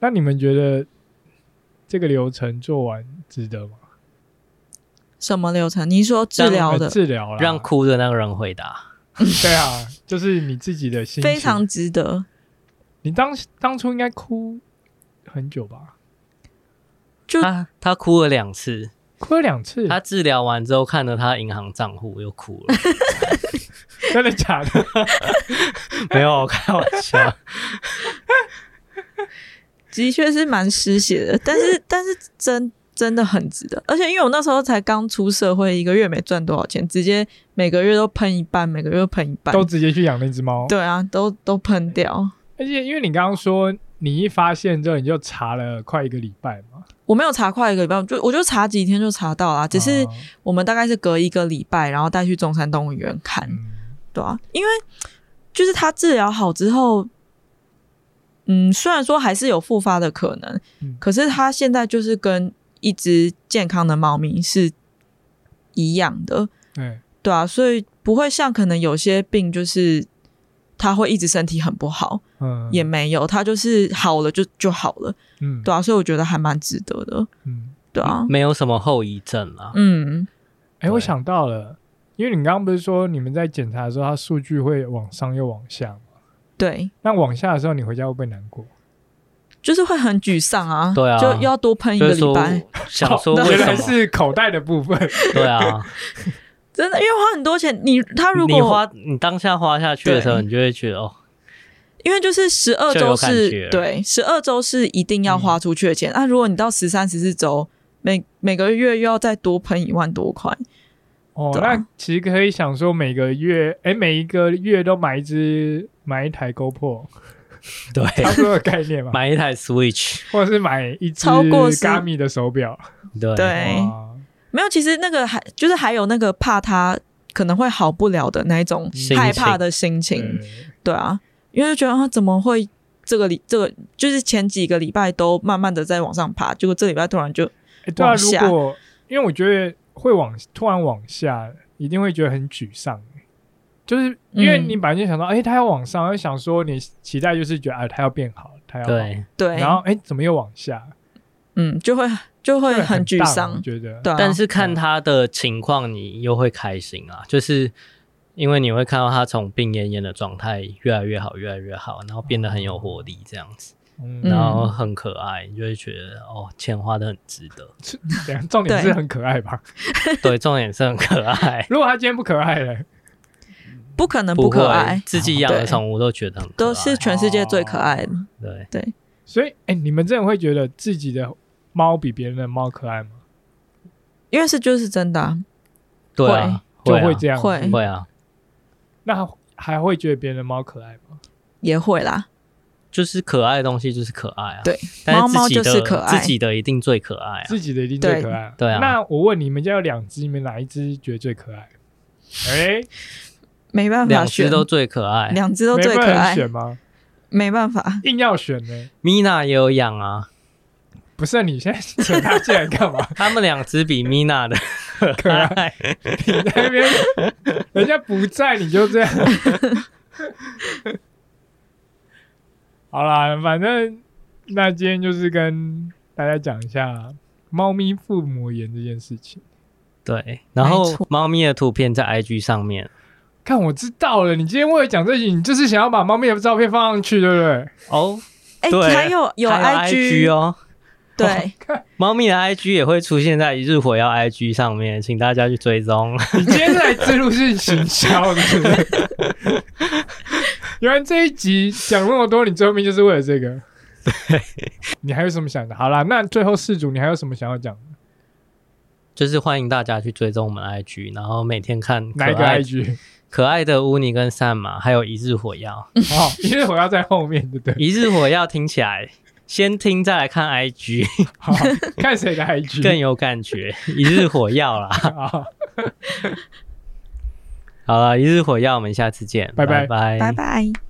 Speaker 1: 那你们觉得这个流程做完值得吗？
Speaker 3: 什么流程？你说治疗
Speaker 1: 呃
Speaker 3: 的
Speaker 1: 治疗啦，
Speaker 2: 让哭的那个人回答，
Speaker 1: 对啊，就是你自己的心情
Speaker 3: 非常值得，
Speaker 1: 你当当初应该哭很久吧？
Speaker 3: 就
Speaker 2: 他他哭了两次，
Speaker 1: 哭了两次，
Speaker 3: 啊
Speaker 2: 他治疗完之后看了他银行账户又哭了，
Speaker 1: 真的假的？
Speaker 2: 没有我开玩笑，
Speaker 3: 的确是蛮失血的，但是但是真真的很值得，而且因为我那时候才刚出社会，一个月没赚多少钱，直接每个月都喷一半，每个月都喷一半
Speaker 1: 都，直接去养那只猫。
Speaker 3: 对啊，都都喷掉。
Speaker 1: 而且因为你刚刚说你一发现之后你就查了快一个礼拜嘛，
Speaker 3: 我没有查快一个礼拜，我就我就查几天就查到啦。只是
Speaker 1: 哦
Speaker 3: 我们大概是隔一个礼拜，然后带去中山动物园看，
Speaker 1: 嗯
Speaker 3: 对啊，因为就是他治疗好之后，嗯，虽然说还是有复发的可能，
Speaker 1: 嗯
Speaker 3: 可是他现在就是跟一只健康的猫咪是一样的，
Speaker 1: 对，
Speaker 3: 对啊，所以不会像可能有些病就是它会一直身体很不好，
Speaker 1: 嗯，
Speaker 3: 也没有，它就是好了就就好了，
Speaker 1: 嗯
Speaker 3: 对啊，所以我觉得还蛮值得的，
Speaker 1: 嗯，
Speaker 3: 对啊，
Speaker 2: 没有什么后遗症啊啦。
Speaker 3: 嗯，
Speaker 1: 哎，我
Speaker 2: 对
Speaker 1: 想到了，因为你刚刚不是说你们在检查的时候，它数据会往上又往下嘛？
Speaker 3: 对，
Speaker 1: 那往下的时候，你回家会不会难过？
Speaker 3: 就是会很沮丧啊，
Speaker 2: 对啊
Speaker 3: 就又要多喷一
Speaker 2: 就
Speaker 3: 个
Speaker 2: 是说
Speaker 3: 礼拜，
Speaker 2: 想说为
Speaker 1: 原
Speaker 2: 什
Speaker 1: 来
Speaker 2: 么？
Speaker 1: 哦是口袋的部分，
Speaker 2: 对啊，
Speaker 3: 真的，因为花很多钱，你他如
Speaker 2: 你
Speaker 3: 果
Speaker 2: 花你当下花下去的时候，
Speaker 3: 对
Speaker 2: 你就会觉得哦，
Speaker 3: 因为就是十二
Speaker 2: 就有
Speaker 3: 周
Speaker 2: 感觉嗯
Speaker 3: 是
Speaker 2: 了
Speaker 3: 对十二周是一定要花出去的钱，那、如果你到十三十四周，每每个月又要再多喷一万多块，
Speaker 1: 哦，
Speaker 3: 对啊
Speaker 1: 那其实可以想说，每个月，哎，每一个月都买一只，买一台 GoPro，
Speaker 2: 对，
Speaker 1: 差不多的概 念嘛，
Speaker 2: 买一台 Switch，
Speaker 1: 或者是买一只
Speaker 3: 超过十哎
Speaker 1: Gami 的手表，哦
Speaker 2: 对
Speaker 3: 对
Speaker 1: 哇
Speaker 3: 没有，其实那个还就是还有那个怕他可能会好不了的那一种
Speaker 2: 心情嗯
Speaker 3: 害怕的心情，
Speaker 1: 对
Speaker 3: 对啊，因为就觉得他怎么会这个礼这个就是前几个礼拜都慢慢的在往上爬，结果这礼拜突然就
Speaker 1: 欸对啊，
Speaker 3: 往下
Speaker 1: 如果因为我觉得会往突然往下，一定会觉得很沮丧，就是因为
Speaker 3: 嗯
Speaker 1: 你本来就想到，哎、它要往上，又想说你期待就是觉得啊，它要变好，它要好，
Speaker 2: 对。
Speaker 3: 对，
Speaker 1: 然后哎、欸怎么又往下，
Speaker 3: 嗯就会就会
Speaker 1: 就
Speaker 3: 很沮
Speaker 1: 荡我
Speaker 3: 丧，
Speaker 1: 觉得
Speaker 3: 对、啊，
Speaker 2: 但是看他的情况，你又会开心啊，就是因为你会看到他从病恹恹的状态越来越好，越来越好，然后变得很有活力这样子，
Speaker 1: 嗯，
Speaker 3: 嗯
Speaker 2: 然后很可爱，你就会觉得哦，钱花的很值 得。
Speaker 1: 等一下重点是
Speaker 3: 对
Speaker 1: 很可爱吧？
Speaker 2: 对，重点是很可爱，
Speaker 1: 如果它今天不可爱 了，
Speaker 3: 不可能
Speaker 2: 不
Speaker 3: 不可
Speaker 2: 会
Speaker 3: 爱，
Speaker 2: 自己养的
Speaker 3: 对
Speaker 2: 宠物都觉得很可爱
Speaker 3: 都是全世界最可爱的。
Speaker 2: 对，
Speaker 1: 所以哎、欸你们真的会觉得自己的猫比别人的猫可爱吗？
Speaker 3: 因为是就是真的、啊，
Speaker 2: 对啊，
Speaker 1: 就
Speaker 2: 啊
Speaker 1: 会这样子，
Speaker 3: 会
Speaker 2: 会啊，
Speaker 1: 那还会觉得别人的猫可爱吗？
Speaker 3: 也会啦，
Speaker 2: 就是可爱的东西就是可爱啊。
Speaker 3: 对，
Speaker 2: 但
Speaker 3: 猫
Speaker 2: 是
Speaker 3: 猫
Speaker 2: 自己
Speaker 3: 就
Speaker 2: 的
Speaker 3: 是可爱
Speaker 2: 自己的一定最可爱啊。
Speaker 1: 自己的一定最可爱。
Speaker 2: 对对啊
Speaker 1: 那我问你们家有两只，你们哪一只觉得最可爱？哎、
Speaker 3: 没办法
Speaker 2: 两
Speaker 3: 选
Speaker 2: 只，都最可爱。
Speaker 3: 两只都
Speaker 1: 没
Speaker 3: 最
Speaker 1: 办
Speaker 3: 可
Speaker 1: 法
Speaker 3: 爱，
Speaker 1: 选吗？
Speaker 3: 没办法，
Speaker 1: 硬要选呢？
Speaker 2: 米娜也有养啊，？
Speaker 1: 不是你现在扯他进来 干嘛
Speaker 2: 他们两只比米娜 的可爱。
Speaker 1: 你在那边，人家不在你就这样。 好啦，反正那今天就是跟大家讲一下猫咪腹膜炎这件事情。
Speaker 2: 对，然
Speaker 3: 没
Speaker 2: 后
Speaker 3: 错
Speaker 2: 猫咪的图片在 IG 上面。
Speaker 1: 看，我知道了，你今天为了讲这些，你就是想要把猫咪的照片放上去，对不对？
Speaker 2: 哦，
Speaker 3: 哎、
Speaker 2: 对
Speaker 3: 还有有
Speaker 2: 还
Speaker 3: IG，,
Speaker 2: IG 哦，
Speaker 3: 对，
Speaker 2: 猫咪的 IG 也会出现在一日火药 IG 上面，请大家去追踪。
Speaker 1: 你今天是来自入性行销的，对不对？ 原来这一集讲那么多，你最后面就是为了这个。你还有什么想的？好啦，那最后四组你还有什么想要讲？
Speaker 2: 就是欢迎大家去追踪我们的 IG，然后每天看可
Speaker 1: 哪一个
Speaker 2: 爱
Speaker 1: IG？
Speaker 2: 可爱的乌尼跟善马，还有一日火 药。
Speaker 1: 好，哦因为我要在后面，对不对？
Speaker 2: 一日火药听起来，先听再来 看 IG
Speaker 1: 好，看谁的 IG
Speaker 2: 更有感觉。一日火药啦，
Speaker 1: 好，
Speaker 2: 好了，一日火药，我们下次见，
Speaker 1: 拜拜
Speaker 2: 拜
Speaker 3: 拜拜。